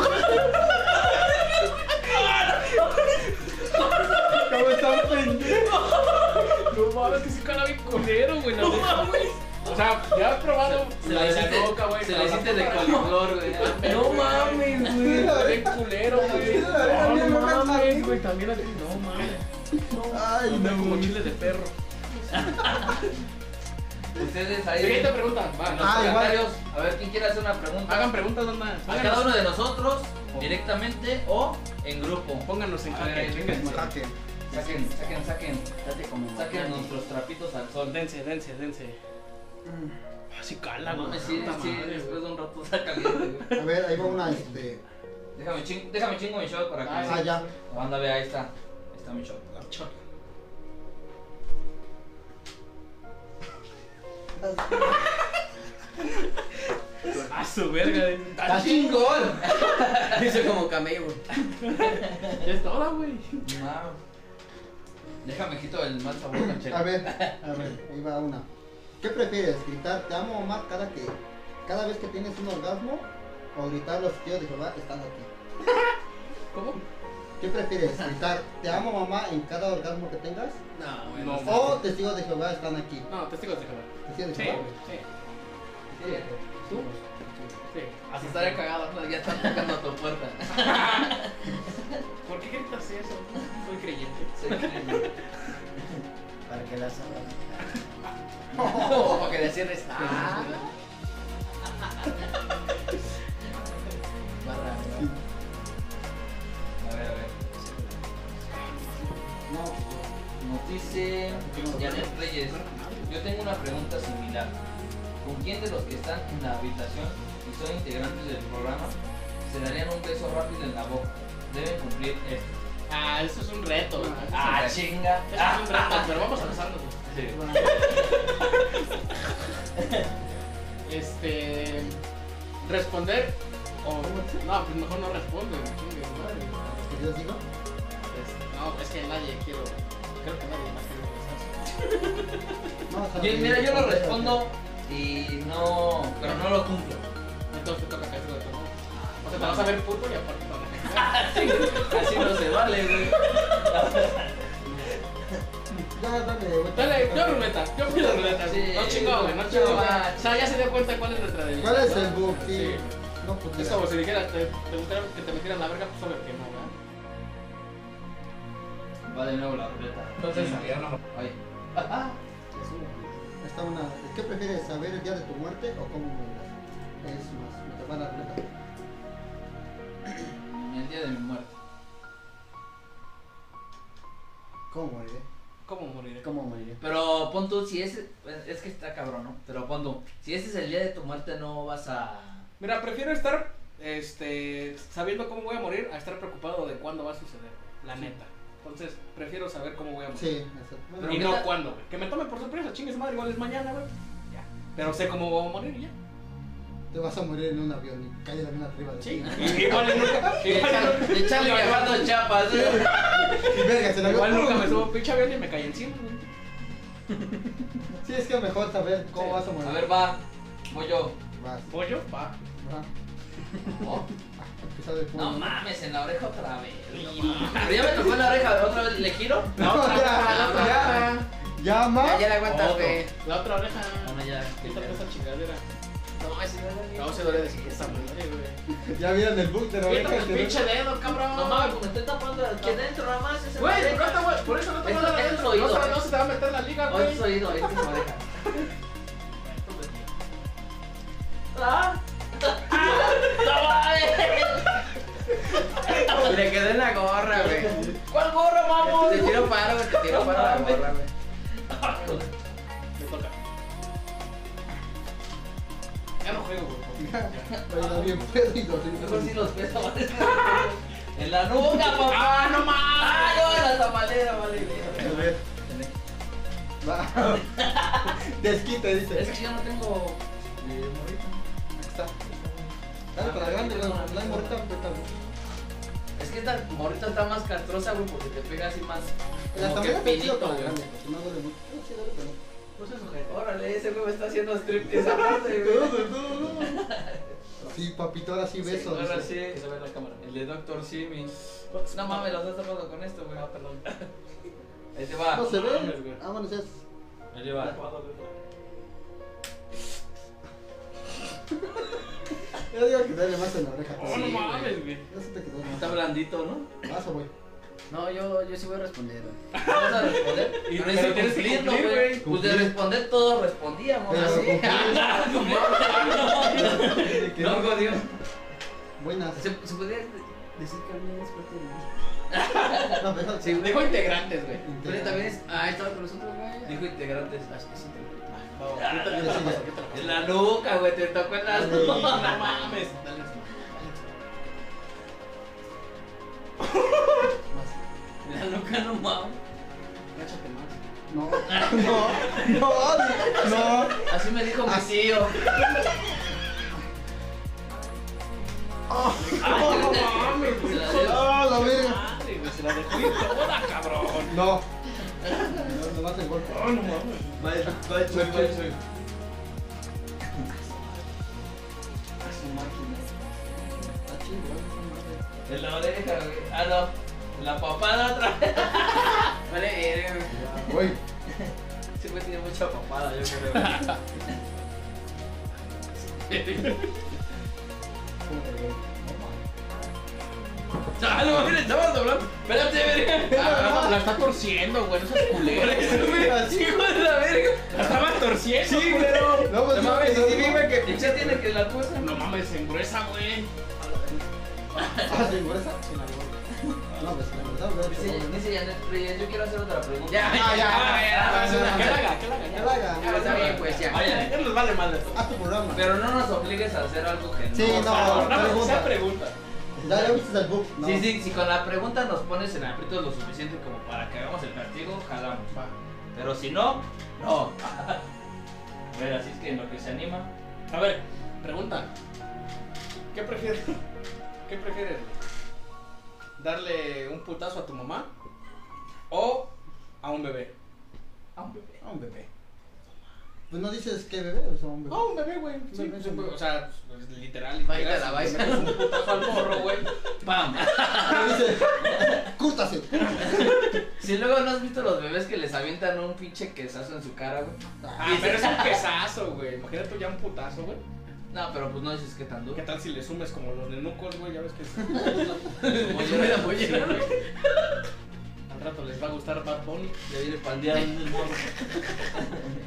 Speaker 2: ¿Cómo están pendientes?
Speaker 3: No mames, que sí cala bien culero, güey. No mames. O sea, ya he probado
Speaker 1: Se la hiciste, se la hiciste de coliflor, güey.
Speaker 3: No mames, güey.
Speaker 2: la
Speaker 3: Está bien
Speaker 2: oreja.
Speaker 3: culero,
Speaker 2: Sí,
Speaker 3: güey.
Speaker 2: la oreja,
Speaker 3: No,
Speaker 2: mira,
Speaker 3: No
Speaker 2: no me
Speaker 3: mames,
Speaker 2: sale.
Speaker 3: güey. También la No mames.
Speaker 2: Ay,
Speaker 3: No,
Speaker 2: no.
Speaker 3: Como chile de perro.
Speaker 1: Ustedes ahí.
Speaker 3: Siguiente pregunta.
Speaker 1: en los
Speaker 3: Va.
Speaker 2: Ah, igual.
Speaker 1: comentarios, a ver quién quiere hacer una pregunta.
Speaker 3: Hagan preguntas, onda.
Speaker 1: a cada uno
Speaker 3: Háganos-
Speaker 1: de nosotros, directamente o en grupo.
Speaker 3: Pónganos en
Speaker 1: A ver,
Speaker 3: jaque.
Speaker 1: ahí,
Speaker 3: chingas, madre.
Speaker 2: Jaque.
Speaker 1: Saquen, saquen, saquen.
Speaker 5: Date como...
Speaker 1: Saquen nuestros trapitos al sol.
Speaker 3: Dense, dense, dense. Ah, sí cala,
Speaker 1: No
Speaker 3: güey.
Speaker 1: me sí,
Speaker 3: Puta
Speaker 1: sí,
Speaker 3: madre,
Speaker 1: después
Speaker 3: güey.
Speaker 1: de un rato saca caliente, güey.
Speaker 2: A ver, ahí va una, este.
Speaker 1: Déjame chingo, déjame chingo mi shot para que
Speaker 4: Ah,
Speaker 2: Ah, ya.
Speaker 1: la banda vea ahí está. Ahí está mi shot.
Speaker 4: A su verga. Ah,
Speaker 1: ¡Está chingón!
Speaker 5: Hice como camello, güey.
Speaker 4: Ya es toda, güey.
Speaker 1: Wow. Déjame quito el mal sabor con chela.
Speaker 2: A ver, a ver, ahí va una. ¿Qué prefieres? ¿Gritar te amo Omar cada que cada vez que tienes un orgasmo? ¿O gritar los tíos de Jehová están aquí?
Speaker 4: ¿Cómo?
Speaker 2: ¿Qué prefieres? ¿Gritar te amo mamá en cada orgasmo que tengas?
Speaker 5: No, güey.
Speaker 4: No.
Speaker 2: ¿O testigos de Jehová están aquí?
Speaker 4: No, testigos de Jehová.
Speaker 2: ¿Testigos de
Speaker 4: Sí,
Speaker 2: Jehová?
Speaker 4: güey, sí,
Speaker 2: Sí.
Speaker 4: ¿Tú? sí.
Speaker 1: Hasta estaré cagado, ¿no? ya están tocando a tu puerta.
Speaker 4: ¿Por qué gritas eso? Soy creyente.
Speaker 1: Sí, sí.
Speaker 5: Para que la salgan.
Speaker 1: No.
Speaker 5: para que le cierres. Ah. Barra, güey.
Speaker 1: A ver, a ver. No, nos dice Janet Reyes. Yo tengo una pregunta similar. ¿Con quién de los que están en la habitación y son integrantes del programa se darían un beso rápido en la boca? Deben cumplir esto.
Speaker 4: Ah, eso es un reto.
Speaker 1: Ah, chinga.
Speaker 4: Eso
Speaker 1: Ah,
Speaker 4: es un reto, pero vamos a pasarnos.
Speaker 1: sí.
Speaker 4: Este. Responder o. No, pues mejor no respondo. chingue su madre.
Speaker 2: ¿Qué les digo?
Speaker 4: pues, Es- No, es que nadie quiero. Creo que nadie más quiere besarse.
Speaker 2: No, o sea,
Speaker 1: Yo- mira, yo lo respondo y no, pero no lo cumplo.
Speaker 4: Entonces te toca caerse de todo. O sea, te vas a ver pulpo y aparte te van a caer.
Speaker 1: Así no se vale, güey.
Speaker 2: Ya, dale, güey.
Speaker 4: Dale, yo ruleta, yo fui la ruleta.
Speaker 1: Sí.
Speaker 4: No chingó, güey, no
Speaker 1: No,
Speaker 4: chingó.
Speaker 1: va.
Speaker 4: O sea, ya se dio cuenta cuál es nuestra debilidad.
Speaker 2: ¿Cuál es
Speaker 4: ¿no?
Speaker 2: el book? Sí.
Speaker 4: Sí.
Speaker 2: No, pues
Speaker 4: Es
Speaker 2: mira.
Speaker 4: como si dijera, ¿te, te gustaría que te metieran la verga? Pues sobre que no, ¿verdad?
Speaker 1: Va de nuevo la ruleta.
Speaker 4: Entonces,
Speaker 1: Oye. Ah,
Speaker 2: Está una. ¿Qué prefieres saber el día de tu muerte o cómo morirás? Es más, me te va la ruleta.
Speaker 1: ah, el día de mi muerte.
Speaker 2: ¿Cómo moriré?
Speaker 4: ¿Cómo moriré?
Speaker 2: ¿Cómo moriré?
Speaker 1: Pero pon tú, si es. Es que está cabrón, ¿no? Pero pon tú, si ese es el día de tu muerte, no vas a.
Speaker 4: Mira, prefiero estar este, sabiendo cómo voy a morir a estar preocupado de cuándo va a suceder, la neta. Entonces, prefiero saber cómo voy a morir.
Speaker 2: Sí, exacto. Bueno,
Speaker 4: Y
Speaker 1: Pero
Speaker 4: no
Speaker 1: mira-
Speaker 4: cuándo, güey. Que me tome por sorpresa, chingues madre, igual es mañana, güey. Ya. Pero sé cómo voy a morir y ya.
Speaker 2: Te vas a morir en un avión y cae el avión arriba de ti.
Speaker 4: Sí. Igual y nunca. Igual, y nunca-
Speaker 1: De Charlie agarrando chapas.
Speaker 2: Y verga, se la
Speaker 4: igual nunca me subo a un pinche avión y me caí encima, güey.
Speaker 2: Sí, es que mejor saber cómo
Speaker 4: Sí.
Speaker 2: vas a morir.
Speaker 1: A ver, va. Voy yo.
Speaker 2: Vas,
Speaker 4: ¿Pollo? Va.
Speaker 2: va.
Speaker 1: Oh,
Speaker 2: ¿Qué sabe cómo?
Speaker 1: no mames, en la oreja otra vez. no mames. Pero ya me tocó en la oreja, otra vez le giro.
Speaker 4: La otra
Speaker 2: Ya,
Speaker 4: oreja, la otra
Speaker 2: ya.
Speaker 4: oreja.
Speaker 2: ¿Llama?
Speaker 5: Ya la aguantas,
Speaker 4: Otro.
Speaker 5: güey.
Speaker 4: La otra oreja.
Speaker 1: Bueno, ya.
Speaker 4: Quítate esa chingadera.
Speaker 5: No, ese no es
Speaker 4: No se duele decir esa madre, güey.
Speaker 2: Ya vieron el book de la
Speaker 4: Quítate
Speaker 2: oreja.
Speaker 4: el pinche dedo, cabrón.
Speaker 1: No mames, como estoy tapando aquí dentro, nada más. es en la
Speaker 4: Güey,
Speaker 1: oreja.
Speaker 4: no te voy- por eso no te
Speaker 1: Es-
Speaker 4: voy a dar
Speaker 1: es
Speaker 4: el-
Speaker 1: oído,
Speaker 4: no,
Speaker 1: güey.
Speaker 4: no se te va a meter en la liga,
Speaker 1: No,
Speaker 4: güey.
Speaker 1: es oído, ahorita es oreja. ¡Ah! ¡No mames!
Speaker 5: Le quedó en la gorra, güey.
Speaker 1: ¿Cuál gorro, mamón?
Speaker 5: Te tiro paro, güey. Te tiro paro a la gorra, güey.
Speaker 4: Me toca. Ya no juego, güey. porque ya.
Speaker 2: Pero bien pedo y
Speaker 1: Mejor si
Speaker 2: dormido.
Speaker 1: los pesos vale. En la nuca, papá.
Speaker 4: ¡Ah, no
Speaker 1: ¡Ah,
Speaker 4: mames!
Speaker 1: no! En la tamalera, vale.
Speaker 2: A ver, va. Desquite, dice.
Speaker 1: Es que yo no tengo. eh, morrita.
Speaker 2: Aquí está. Dale para adelante, güey. No hay morrita, vete, güey.
Speaker 1: Es que esta morrita está más castrosa, güey, porque te pega así más.
Speaker 2: La
Speaker 1: Como
Speaker 2: también
Speaker 1: que
Speaker 2: está chido
Speaker 1: pinito,
Speaker 2: para
Speaker 1: güey.
Speaker 2: grande, porque no duele mucho. No, sí duele, pero no.
Speaker 1: Pues eso, güey. Órale, ese güey me está haciendo striptease aparte, güey.
Speaker 2: Sí, papito, ahora sí beso.
Speaker 1: Sí, ahora
Speaker 2: dice.
Speaker 1: sí.
Speaker 4: Se ve en la cámara.
Speaker 1: El de Doctor Simi. No mames, los has tapado con esto, güey.
Speaker 4: Ah, perdón.
Speaker 1: Ahí te va.
Speaker 2: No se
Speaker 4: mames, güey.
Speaker 2: ve. Ah, bueno, sí es.
Speaker 1: Ahí te va.
Speaker 2: Yo digo que duele más en la oreja.
Speaker 4: Oh, no
Speaker 5: Sí,
Speaker 4: mames, güey.
Speaker 2: Yo siento que duele
Speaker 1: Está
Speaker 2: más.
Speaker 1: blandito, ¿no?
Speaker 2: Vas o voy.
Speaker 5: No, yo, yo sí voy a responder, güey.
Speaker 1: Vamos a responder.
Speaker 4: Y-
Speaker 1: Pero
Speaker 4: pero
Speaker 1: dice
Speaker 4: tienes que
Speaker 1: cumplirlo,
Speaker 4: cumplir,
Speaker 1: güey.
Speaker 4: güey.
Speaker 1: Pues de
Speaker 2: Cumplir.
Speaker 1: responder todos respondíamos.
Speaker 2: Pero
Speaker 1: así.
Speaker 2: cumplir. de que
Speaker 1: No,
Speaker 2: no.
Speaker 1: por Dios.
Speaker 2: Buenas.
Speaker 1: ¿Se, se podría
Speaker 5: Decir que alguien es fuerte de mí.
Speaker 2: No, pero-
Speaker 5: Sí, dijo integrantes, güey.
Speaker 2: Integrantes.
Speaker 5: Pero también es. Ah, estaba con nosotros, güey.
Speaker 1: Dijo integrantes.
Speaker 5: Ah, es integrante.
Speaker 4: Vamos, ¿qué te- qué te pasa? ¿Qué te pasa?
Speaker 1: En la nuca, güey, te tocó en la
Speaker 2: Sí.
Speaker 4: No
Speaker 1: nuca.
Speaker 4: mames. Dale, dale.
Speaker 1: Así me dijo mi tío.
Speaker 3: ¡Ah, no mames, güey!
Speaker 1: Se la dio.
Speaker 2: ¡Ah, la verga!
Speaker 3: Madre, güey, se la dejó ir toda, cabrón.
Speaker 2: No. No, nomás el golpe.
Speaker 3: No, no mames.
Speaker 1: Va el- va el Chuy, va el Chuy. Ah,
Speaker 3: A su máquina. Está chingón, esa madre.
Speaker 1: En la oreja, güey. Ah, no. En la papada otra vez. Vale, eh,
Speaker 2: Güey,
Speaker 1: ese güey tiene mucha papada, yo creo.
Speaker 4: Ah, no mames, estabas doblando. Espérate, verga.
Speaker 3: Ah, la está torciendo, güey, no seas culero.
Speaker 4: Hijo de la verga.
Speaker 3: La estaba torciendo.
Speaker 4: Sí,
Speaker 3: güey.
Speaker 2: No, pues,
Speaker 4: No
Speaker 2: no,
Speaker 4: mames,
Speaker 2: no,
Speaker 4: sí,
Speaker 2: no.
Speaker 4: dime que.
Speaker 1: ¿Y ya tiene que la puso?
Speaker 3: No mames, se engruesa, güey.
Speaker 2: ¿Ah, se engorda? No, pues, la verdad, güey,
Speaker 1: Dice,
Speaker 2: pero-
Speaker 1: dice Janet Reyes, yo quiero hacer otra pregunta.
Speaker 4: Ya,
Speaker 2: Ah,
Speaker 4: ya,
Speaker 2: ya,
Speaker 4: ya,
Speaker 2: ah,
Speaker 4: ya,
Speaker 2: ah,
Speaker 4: ya, que
Speaker 2: ah,
Speaker 4: la
Speaker 2: ah,
Speaker 4: haga, que la haga,
Speaker 2: Que
Speaker 4: ya.
Speaker 2: lo haga,
Speaker 4: Ya,
Speaker 2: güey.
Speaker 4: está bien, pues ya.
Speaker 1: Vaya, ya nos vale mal esto.
Speaker 2: Haz tu programa.
Speaker 1: Pero no nos obligues a hacer algo que no.
Speaker 2: Sí, no,
Speaker 3: No, no, no,
Speaker 2: pregunta.
Speaker 3: esa pregunta.
Speaker 2: Ya, ya viste el book. No.
Speaker 1: Sí, sí, si con la pregunta nos pones en aprietos lo suficiente como para que hagamos el castigo, jalamos.
Speaker 3: Va.
Speaker 1: Pero si no, no. A ver, así es que en lo que se anima.
Speaker 3: A ver, pregunta. ¿Qué prefieres? ¿Qué prefieres? ¿Darle un putazo a tu mamá o a un bebé? A un bebé. A un bebé.
Speaker 2: Pues no dices que bebé, o sea, un bebé.
Speaker 3: A
Speaker 4: Oh.
Speaker 3: un bebé, güey.
Speaker 2: Un
Speaker 3: Sí,
Speaker 2: bebé,
Speaker 3: sí,
Speaker 2: un
Speaker 3: güey,
Speaker 2: bebé.
Speaker 3: o sea, pues, literal,
Speaker 4: Baila
Speaker 3: llegas
Speaker 4: la
Speaker 3: y
Speaker 4: baila.
Speaker 3: le metes un putazo al morro, güey.
Speaker 1: ¡Pam!
Speaker 2: No dices, cúrtase.
Speaker 1: Si luego no has visto los bebés que les avientan un pinche quesazo en su cara, güey.
Speaker 3: Ah, pero es un pesazo, güey. Imagínate ya un putazo, güey.
Speaker 1: No, pero pues no dices que tan duro.
Speaker 3: ¿Qué tal si le sumes como los nenucos, güey? Ya ves que...
Speaker 1: Como yo era
Speaker 3: Sí,
Speaker 1: pollera.
Speaker 3: güey. Al rato les va a gustar Bad Bunny.
Speaker 1: Ya viene pandeando el morro.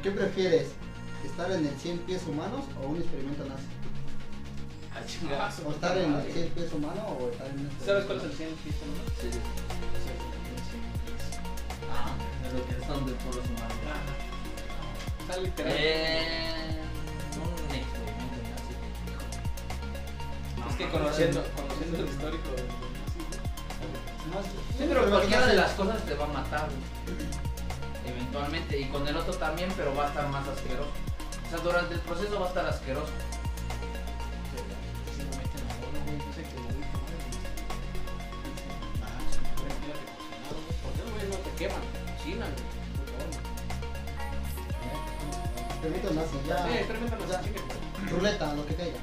Speaker 2: ¿Qué prefieres? ¿Estar en el 100 pies humanos o un experimento nazi?
Speaker 1: Ah, chingada.
Speaker 2: ¿O estar en el 100 pies humano o estar en un experimento
Speaker 3: ¿Sabes cuál es el
Speaker 2: nazi?
Speaker 3: 100 piso, no?
Speaker 1: Sí. Ah, de lo que son de puros humanos.
Speaker 3: Está literal.
Speaker 1: Eh. Un experimento nazi.
Speaker 3: es que conociendo, conociendo el histórico.
Speaker 2: No, sí,
Speaker 1: Sí, pero cualquiera de las cosas te va a matar, güey. Eventualmente. Y con el otro también, pero va a estar más asqueroso. O sea, durante el proceso va a estar asqueroso.
Speaker 3: Si me meten a uno, güey, yo sé que lo voy a comer. Ah, imagínate cocinado, güey. ¿Por qué, güey, no te queman? Cocina, güey. Por favor.
Speaker 2: Experimento nazi, ya.
Speaker 3: Sí, experimenta los
Speaker 2: Ya.
Speaker 3: chiles, güey.
Speaker 2: Ruleta, lo que caiga.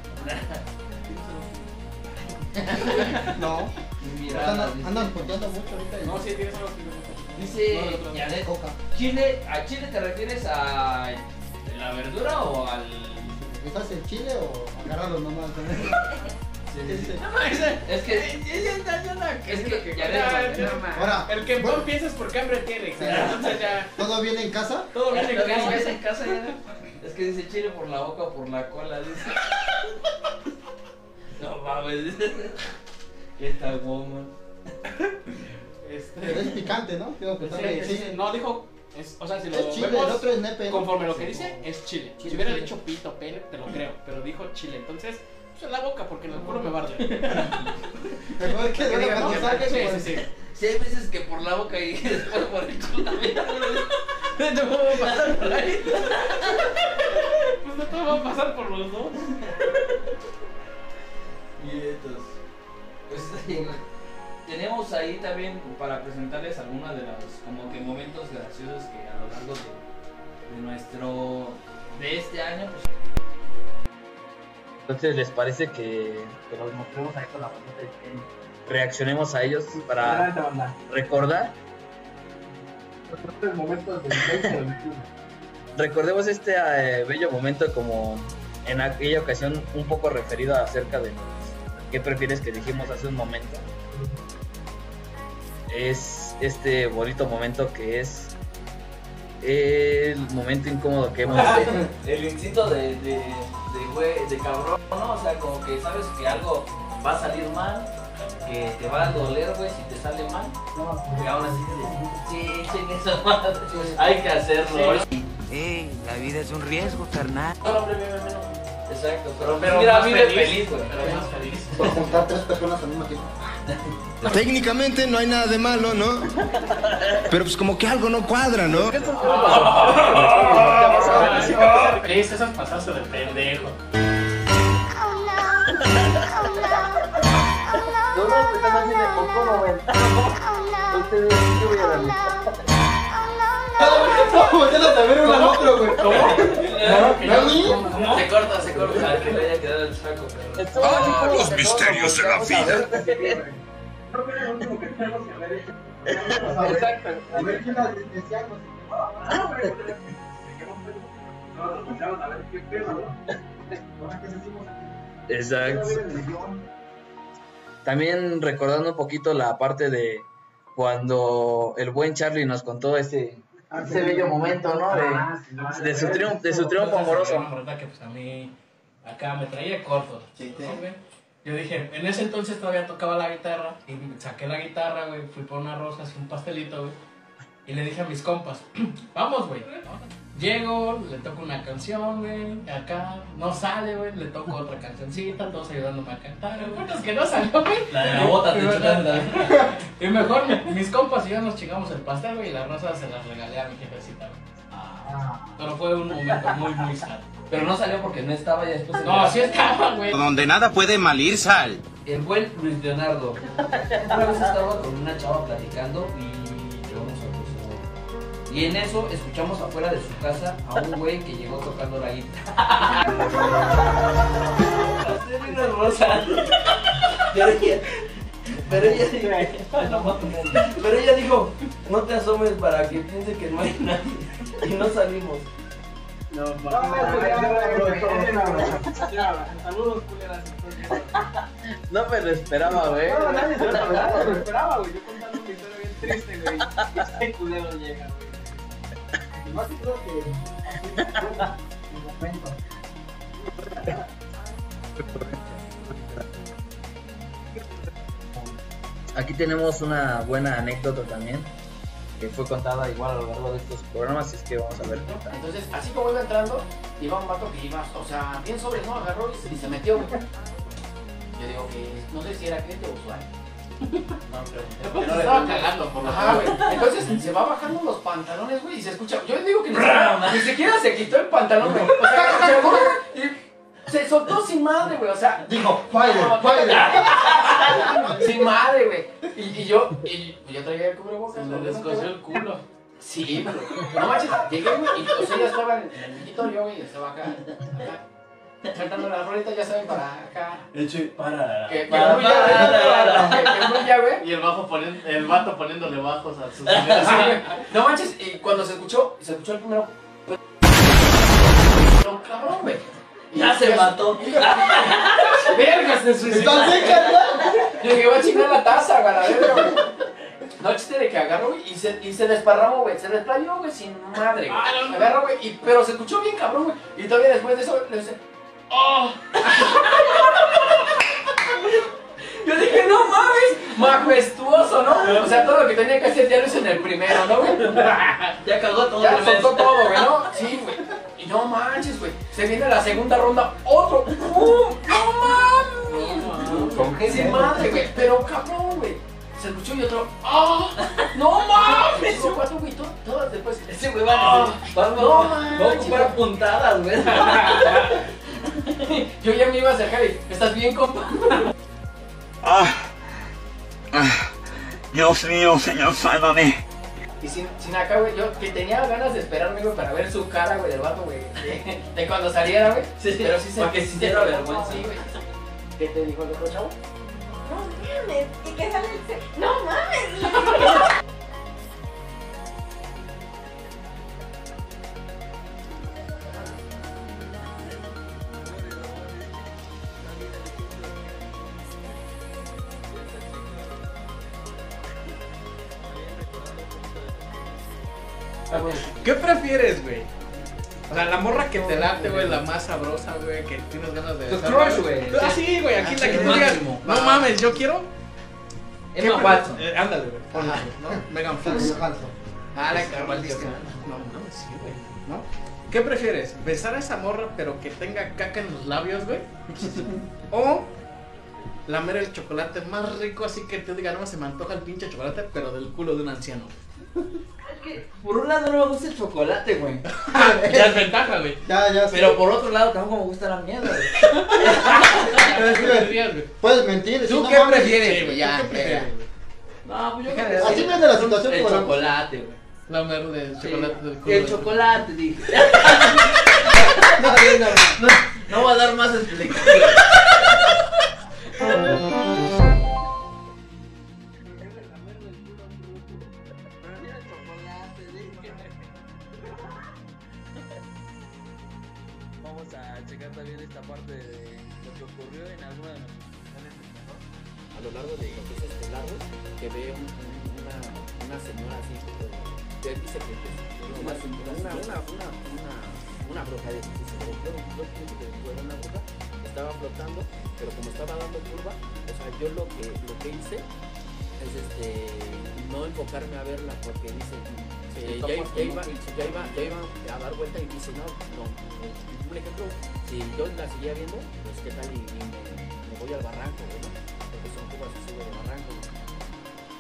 Speaker 2: No.
Speaker 1: Mira,
Speaker 2: Andan, andan puteando mucho ahorita. y-
Speaker 3: No, sí, tienes algo que me gusta.
Speaker 1: dice
Speaker 3: No, no, no, no.
Speaker 1: Janet,
Speaker 2: Coca.
Speaker 1: Chile, ¿a Chile te refieres a la verdura o al...?
Speaker 2: ¿Estás en Chile o agarrarlos nomás?
Speaker 4: No mames, eh,
Speaker 1: Es que,
Speaker 4: ya está, ya está.
Speaker 1: es que
Speaker 3: Ya,
Speaker 1: Janet,
Speaker 3: ya,
Speaker 1: no,
Speaker 2: Ahora,
Speaker 3: El que
Speaker 2: Bueno.
Speaker 3: empiezas piensas por hambre tiene,
Speaker 2: Sí.
Speaker 3: entonces ya
Speaker 2: ¿todo bien en casa?
Speaker 3: todo
Speaker 1: Lo
Speaker 3: viene
Speaker 1: que
Speaker 3: con
Speaker 1: hace en casa ya- es que dice chile por la boca o por la cola, dice. No mames, dice. Esta woman.
Speaker 2: Pero
Speaker 3: Este,
Speaker 2: es picante, ¿no? Tengo que estar
Speaker 3: sí,
Speaker 2: en
Speaker 3: sí,
Speaker 2: Chile.
Speaker 3: No, dijo, es, o sea, si lo
Speaker 2: Es chile, el
Speaker 3: vemos
Speaker 2: otro es nepe. ¿no?
Speaker 3: conforme lo que
Speaker 2: Sí.
Speaker 3: dice, eh, es chile.
Speaker 2: Chile,
Speaker 3: si hubiera
Speaker 2: chile.
Speaker 3: dicho pito, pene, te lo creo, pero dijo chile. Entonces, pues en la boca, porque en el culo me va a arder.
Speaker 2: Mejor que
Speaker 4: Que
Speaker 2: no
Speaker 4: diga,
Speaker 2: lo
Speaker 4: no,
Speaker 2: saque,
Speaker 3: Sí,
Speaker 2: pues.
Speaker 3: sí, sí.
Speaker 1: Si hay veces que por la boca y después por el culo también.
Speaker 4: te puedo pasar por ahí.
Speaker 3: Pues de todo va a pasar por los dos.
Speaker 1: Nietos. Pues, tenemos ahí también para presentarles algunos de los como que momentos graciosos que a lo largo de, de nuestro de este año pues. entonces les parece que, que los mostremos ahí con la bandita y que reaccionemos a ellos para recordar recordemos este eh, bello momento como en aquella ocasión un poco referido acerca de los- qué prefieres que dijimos hace un momento. Es este bonito momento que es el momento incómodo que hemos el instinto de de, de, güey- de cabrón, ¿no? O sea, como que sabes que algo va a salir mal, que te va a doler, güey, si te sale mal.
Speaker 6: pues,
Speaker 1: Y ahora sí que dices, sí, chingue esa madre, hay que hacerlo.
Speaker 6: Ey, la vida es un riesgo, carnal.
Speaker 3: No, hombre, mira, mira, mira.
Speaker 1: Exacto, pero,
Speaker 7: Pero
Speaker 1: mira,
Speaker 7: más
Speaker 1: vive
Speaker 7: feliz,
Speaker 1: feliz, güey.
Speaker 7: Pero más feliz.
Speaker 2: Por juntar tres personas al mismo tiempo.
Speaker 6: Técnicamente no hay nada de malo, ¿no? Pero pues como que algo no cuadra, ¿no?
Speaker 4: Chris, esas pasaste de pendejo.
Speaker 8: No, no, pues están haciendo el poco, no, güey. Ustedes, yo voy a darle.
Speaker 2: No, volteando a ver uno al otro, güey.
Speaker 1: Se corta, se corta, que le haya quedado el saco, pero...
Speaker 8: los misterios de la vida. Exacto.
Speaker 2: A ver quién la despreciamos.
Speaker 9: Exacto. También recordando un poquito la parte de cuando el buen Charlie nos contó ese,
Speaker 7: Ah,
Speaker 9: ese bello momento, ¿no? De, de su triunfo, de su triunfo
Speaker 4: Entonces,
Speaker 9: amoroso.
Speaker 4: la verdad que pues a mí acá me traía corto.
Speaker 10: Sí,
Speaker 4: ¿no,
Speaker 10: sí.
Speaker 4: güey? Yo dije, en ese entonces todavía tocaba la guitarra y saqué la guitarra, güey, fui por unas rosas y un pastelito, güey. Y le dije a mis compas, vamos, güey. Llego, le toco una canción, güey, acá no sale, güey, le toco otra cancioncita, todos ayudándome a cantar, güey. Puta, es que no salió, güey.
Speaker 1: La de la bota, te
Speaker 4: Y me-
Speaker 1: chocan la
Speaker 4: Y mejor mi- mis compas y yo nos chingamos el pastel, güey, y las rosas se las regalé a mi jefecita, güey. Pero fue un momento muy, muy sad.
Speaker 1: Pero no salió porque no estaba ya después... en
Speaker 4: No,
Speaker 1: la-
Speaker 4: sí estaba, güey.
Speaker 6: Donde nada puede mal ir, sal.
Speaker 1: El buen Luis Leonardo. Una vez estaba con una chava platicando y llegamos a su Y en eso escuchamos afuera de su casa a un güey que llegó tocando la guitarra. Hacer una rosa. Pero ella, pero ella dijo, no mames. pero ella dijo, no te asomes para que piense que no hay nadie. Y no salimos.
Speaker 7: Saludos, culeras.
Speaker 9: No me lo esperaba, güey.
Speaker 7: No lo esperaba, güey. Yo contando una historia bien triste, güey. Y este culero llega, güey.
Speaker 9: Aquí tenemos una buena anécdota también, que fue contada igual a lo largo de estos programas, es que vamos a ver. qué tal.
Speaker 7: Entonces, así como iba entrando, iba un vato que iba, o sea, bien sobre, ¿no? Agarró y se, y se metió, güey. Yo digo que no sé si era cliente o usuario. No pregunté. Pero le estaba cagando por la Ajá, güey. Entonces se va bajando los pantalones, güey, y se escucha. Yo digo que ni siquiera, ni siquiera se quitó el pantalón, güey. O sea, se bajó y se soltó sin madre, güey. O sea,
Speaker 2: Dijo, fire, fire.
Speaker 7: sin madre, güey. Y, y yo, y pues yo traía el cubrebocas.
Speaker 3: Le
Speaker 7: güey,
Speaker 3: descosió el culo.
Speaker 7: Sí, pero no manches, llegué, güey, y o sea, ya estaba en el escritorio, güey, estaba acá, acá, cantando la rolita, ya saben, para acá.
Speaker 4: Eche, para.
Speaker 7: Que, que
Speaker 1: Para,
Speaker 7: muy ya,
Speaker 1: para, para,
Speaker 7: güey, que, que muy ya, güey.
Speaker 3: Y el, bajo ponen- el vato poniéndole bajos a sus
Speaker 7: Así, güey, No manches, y cuando se escuchó, se escuchó el primero. Pero cabrón, güey. Y
Speaker 1: Ya se
Speaker 7: yo,
Speaker 1: mató.
Speaker 7: Verga, se suicidó.
Speaker 2: Está seca, ya.
Speaker 7: Yo dije, va a chingar la taza, güey, a la verga, güey. No chiste de que agarro, güey, y se, y se desparramó, güey. Se desplayó, güey, sin madre, güey. Agarro, güey, y- pero se escuchó bien cabrón, güey. Y todavía después de eso, güey, le dice, ¡Oh! Yo dije, no mames, majestuoso, ¿no? O sea, todo lo que tenía que hacer ya lo hizo en el primero, ¿no, güey?
Speaker 1: Ya cagó todo
Speaker 7: Ya
Speaker 1: el mes.
Speaker 7: soltó todo, güey, ¿no? Sí, güey. Y no manches, güey. Se viene la segunda ronda, otro. ¡Pum! ¡No mames! Sin madre, güey. Pero cabrón, güey. Se escuchó y otro. ¡Ah! ¡No mames! Esos cuatro, güey, to- todas después. Ah,
Speaker 1: Ese güey va a necesitar- va a-
Speaker 7: No
Speaker 1: va a ocupar
Speaker 7: manches.
Speaker 1: puntadas, güey.
Speaker 7: Yo ya me iba a acercar y. ¿Estás bien, compa?
Speaker 8: Ah.
Speaker 6: Dios mío, señor, sálvame.
Speaker 7: Y sin, sin acá, güey, yo que tenía ganas de esperarme, güey, para ver su cara, güey, del vato, güey, de, de cuando saliera, güey.
Speaker 1: Sí,
Speaker 7: pero sí se
Speaker 1: para que sintiera
Speaker 7: pero-
Speaker 1: vergüenza.
Speaker 7: Sí, güey. ¿Qué te dijo el otro chavo?
Speaker 11: No mames, y que sale el se- No mames.
Speaker 7: ¿Qué prefieres, güey?
Speaker 3: O sea, la morra que te late, güey, la más sabrosa, güey, que tienes ganas de.
Speaker 7: Tu
Speaker 3: besar,
Speaker 7: crush, güey.
Speaker 3: Ah, sí, güey, aquí
Speaker 7: Ah,
Speaker 3: la que
Speaker 7: el
Speaker 3: tú digas.
Speaker 7: máximo.
Speaker 3: No mames, yo quiero.
Speaker 7: Emma
Speaker 3: ¿Qué
Speaker 7: Watson.
Speaker 3: pre- eh, ándale, güey. ponla, güey, ¿no? Megan Fox.
Speaker 2: Yo, Hanson.
Speaker 3: Ah, la que No, no, sí, güey. ¿No?
Speaker 4: ¿Qué prefieres? ¿Besar a esa morra pero que tenga caca en los labios, güey? ¿O lamer el chocolate más rico así que te diga, no, se me antoja el pinche chocolate pero del culo de un anciano?
Speaker 1: Por un lado no me gusta el chocolate, güey.
Speaker 4: Ya es ventaja, güey.
Speaker 2: Ya, ya. sí.
Speaker 1: Pero por otro lado tampoco me gusta la mierda, güey.
Speaker 2: Pero sí, güey, Puedes mentir. decir,
Speaker 1: ¿Tú
Speaker 2: "No
Speaker 1: qué
Speaker 2: mames".
Speaker 1: prefieres,
Speaker 4: Sí,
Speaker 1: güey?
Speaker 4: güey,
Speaker 1: Ya,
Speaker 4: ¿tú qué
Speaker 1: verga.
Speaker 4: prefieres, güey?
Speaker 1: No, pues yo
Speaker 4: Déjame
Speaker 1: creo que
Speaker 2: Así
Speaker 1: sí.
Speaker 2: viene la situación
Speaker 1: El
Speaker 2: como la-
Speaker 1: chocolate, güey.
Speaker 4: Lamer el chocolate del
Speaker 1: Sí.
Speaker 4: culo.
Speaker 1: El
Speaker 4: de-
Speaker 1: chocolate, dije. No, no, no, no. No va a dar más explicación.
Speaker 7: Vamos a checar también esta parte de lo que ocurrió en alguna de nuestras canales de terror a lo largo de lo que es este lago, que ve un- un- una, una señora así, de aquí se ve, pues, una, señora, una, una, una, una, una bruja de que se ve, yo- yo pienso que fue una bruja, estaba flotando, pero como estaba dando curva, o sea, yo lo que, lo que hice es este, no enfocarme a verla porque dice, eh, ya, ya iba, ya, iba, ya iba a dar vuelta y dice, no, no, un ejemplo, si yo la seguía viendo, pues qué tal y, y me, me voy al barranco, güey, ¿no? Porque son cubas así de barranco, güey.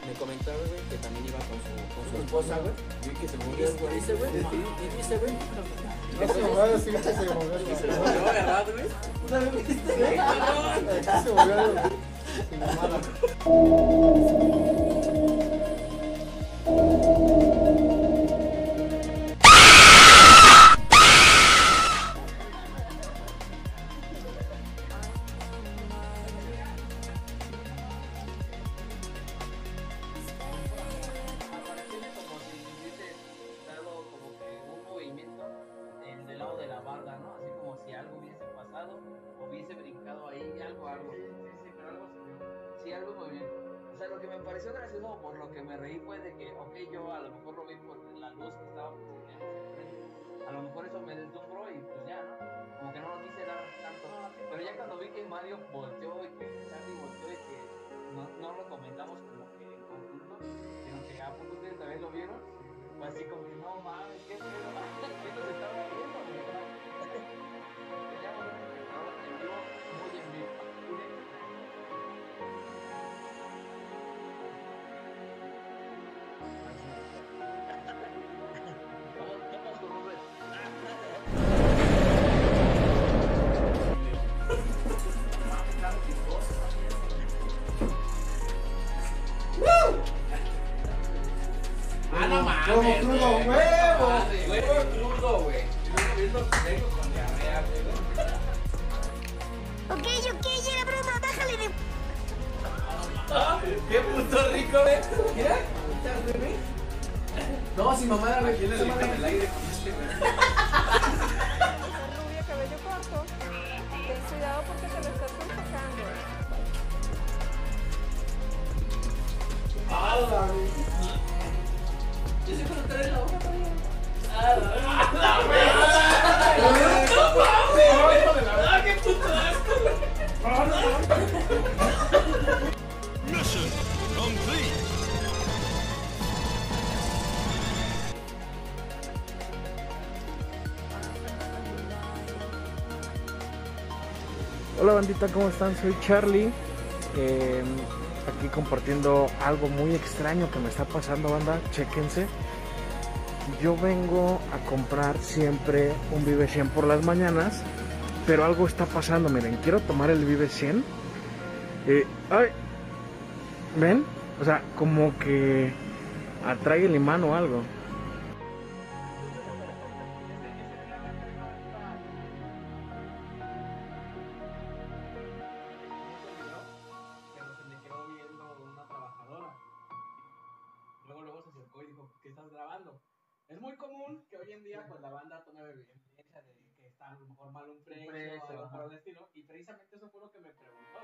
Speaker 7: Me comentaba, güey, que también iba con su, con su esposa, güey. Y que se murió, güey. Dice, güey, y dice, güey.
Speaker 2: No se movió, sí, sí, se movió.
Speaker 7: Y se murió, ¿verdad, güey?
Speaker 2: Sí, se movió. Sí, mamada.
Speaker 1: Tiene como si hubiese estado como que un movimiento en- del lado de la barda, ¿no? Así como si algo hubiese pasado, hubiese brincado ahí, algo, algo. Sí, sí, pero algo Sí, algo movimiento. O sea, lo que me pareció gracioso, por lo que me reí, fue de que, ok, yo a lo mejor lo vi por la luz que estaba pues, A lo mejor eso me deslumbró y pues ya, ¿no? Como que no lo quise dar tanto. Pero ya cuando vi que Mario volteó y que Charlie volteó y que no, no lo comentamos como que en conjunto, sino que a poco ustedes también lo vieron, fue así como que no mames, qué pedo, qué nos estaba viendo. Teníamos un espectador en vivo, muy en vivo.
Speaker 4: Ah, no mames.
Speaker 2: Huevo crudo,
Speaker 4: güey.
Speaker 2: huevo.
Speaker 4: Madre, Huevo crudo, güey. Yo viendo que tengo con diarrea, güey.
Speaker 8: Ok, ok, era broma, bájale de...
Speaker 4: Qué puto rico, güey. Mira, güey. No, si mamá era güey. Yo le el aire con este, güey.
Speaker 8: Rubio, cabello corto. Ten cuidado porque te lo estás enfocando.
Speaker 1: Yo sé cuando traes la hoja.
Speaker 12: Hola bandita, ¿cómo están? Soy Charlie. eh, aquí compartiendo algo muy extraño que me está pasando, banda. Chéquense. Yo vengo a comprar siempre un Vive 100 por las mañanas, pero algo está pasando. Miren, quiero tomar el Vive 100. eh, ay, ¿Ven? O sea, como que atrae el imán o algo.
Speaker 9: Pero se le quedó viendo una trabajadora. Luego, luego se acercó y dijo, ¿qué estás grabando? Es muy común que hoy en día pues la banda tome evidencia de que está a lo mejor mal un precio,
Speaker 1: precio,
Speaker 9: o algo
Speaker 1: ajá.
Speaker 9: por el estilo. Y precisamente eso fue lo que me preguntó.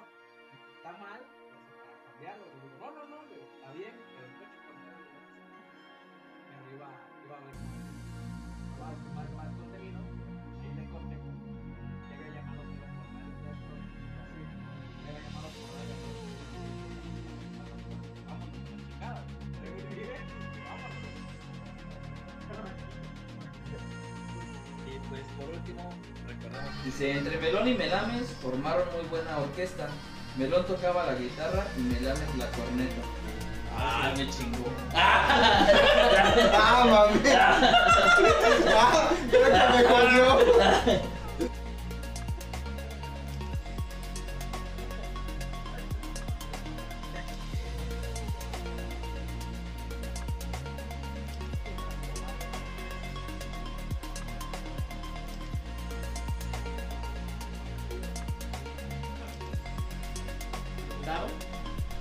Speaker 9: ¿Está mal? Pues, para cambiarlo. Le digo, no, no, no, le digo, está bien, pero el coche por favor, le digo, Pero iba, iba a ver más, más, más contenido. Ahí le conté que había llamado por la jornada, entonces, que había llamado por la jornada. Y
Speaker 7: último, recordemos
Speaker 1: Dice, entre Melón y Melames formaron muy buena orquesta. Melón tocaba la guitarra y Melames la corneta. Ah, me chingó.
Speaker 2: Ah, mami. Ah, creo que me corrió.
Speaker 4: dado,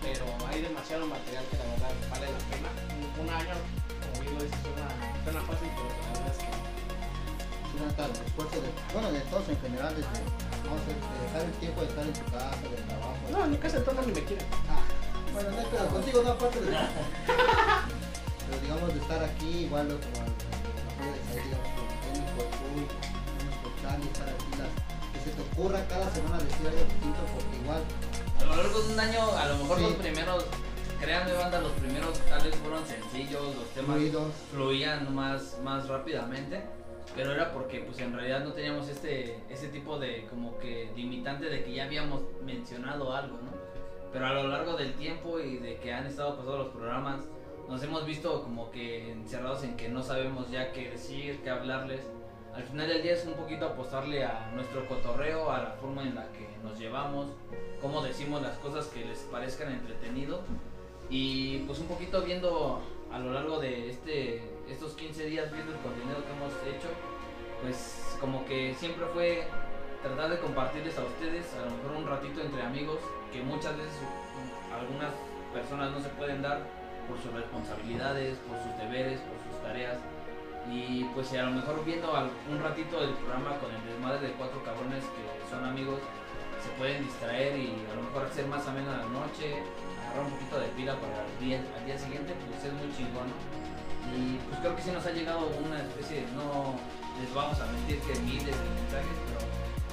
Speaker 4: pero hay demasiado material que la verdad vale la pena. Un- Un año, como digo, es una, suena fácil, pero la verdad es que
Speaker 2: Sí, no, tanto esfuerzo de, bueno, de todos en general, desde, no sé, de dejar el tiempo de estar en tu casa, del trabajo.
Speaker 4: No, nunca se toma ni me quieren.
Speaker 2: Ah, bueno, no hay pedo, contigo no, aparte de Pero digamos de estar aquí, igual lo como la de salir, digamos, con el técnico, el público, digamos, con Charlie, estar aquí, las- que se te ocurra cada semana decir algo distinto, porque igual,
Speaker 1: A lo largo de un año, a lo mejor
Speaker 2: Sí.
Speaker 1: los primeros, créanme banda, los primeros tal vez fueron sencillos, los temas
Speaker 2: Fluidos.
Speaker 1: fluían más, más rápidamente, pero era porque pues en realidad no teníamos este, ese tipo de como que limitante de que ya habíamos mencionado algo, ¿no? Pero a lo largo del tiempo y de que han estado pasando los programas, nos hemos visto como que encerrados en que no sabemos ya qué decir, qué hablarles. Al final del día es un poquito apostarle a nuestro cotorreo, a la forma en la que nos llevamos, cómo decimos las cosas que les parezcan entretenido y pues un poquito viendo a lo largo de este estos 15 días viendo el contenido que hemos hecho, pues como que siempre fue tratar de compartirles a ustedes a lo mejor un ratito entre amigos que muchas veces u- algunas personas no se pueden dar por sus responsabilidades, por sus deberes, por sus tareas. Y pues a lo mejor viendo al- un ratito del programa con el desmadre de cuatro cabrones que son amigos, se pueden distraer y a lo mejor hacer más amena la noche, agarrar un poquito de pila para el día, al día siguiente, pues es muy chingón. ¿no? Y pues creo que sí nos ha llegado una especie, de- no les vamos a mentir que miles de mensajes, pero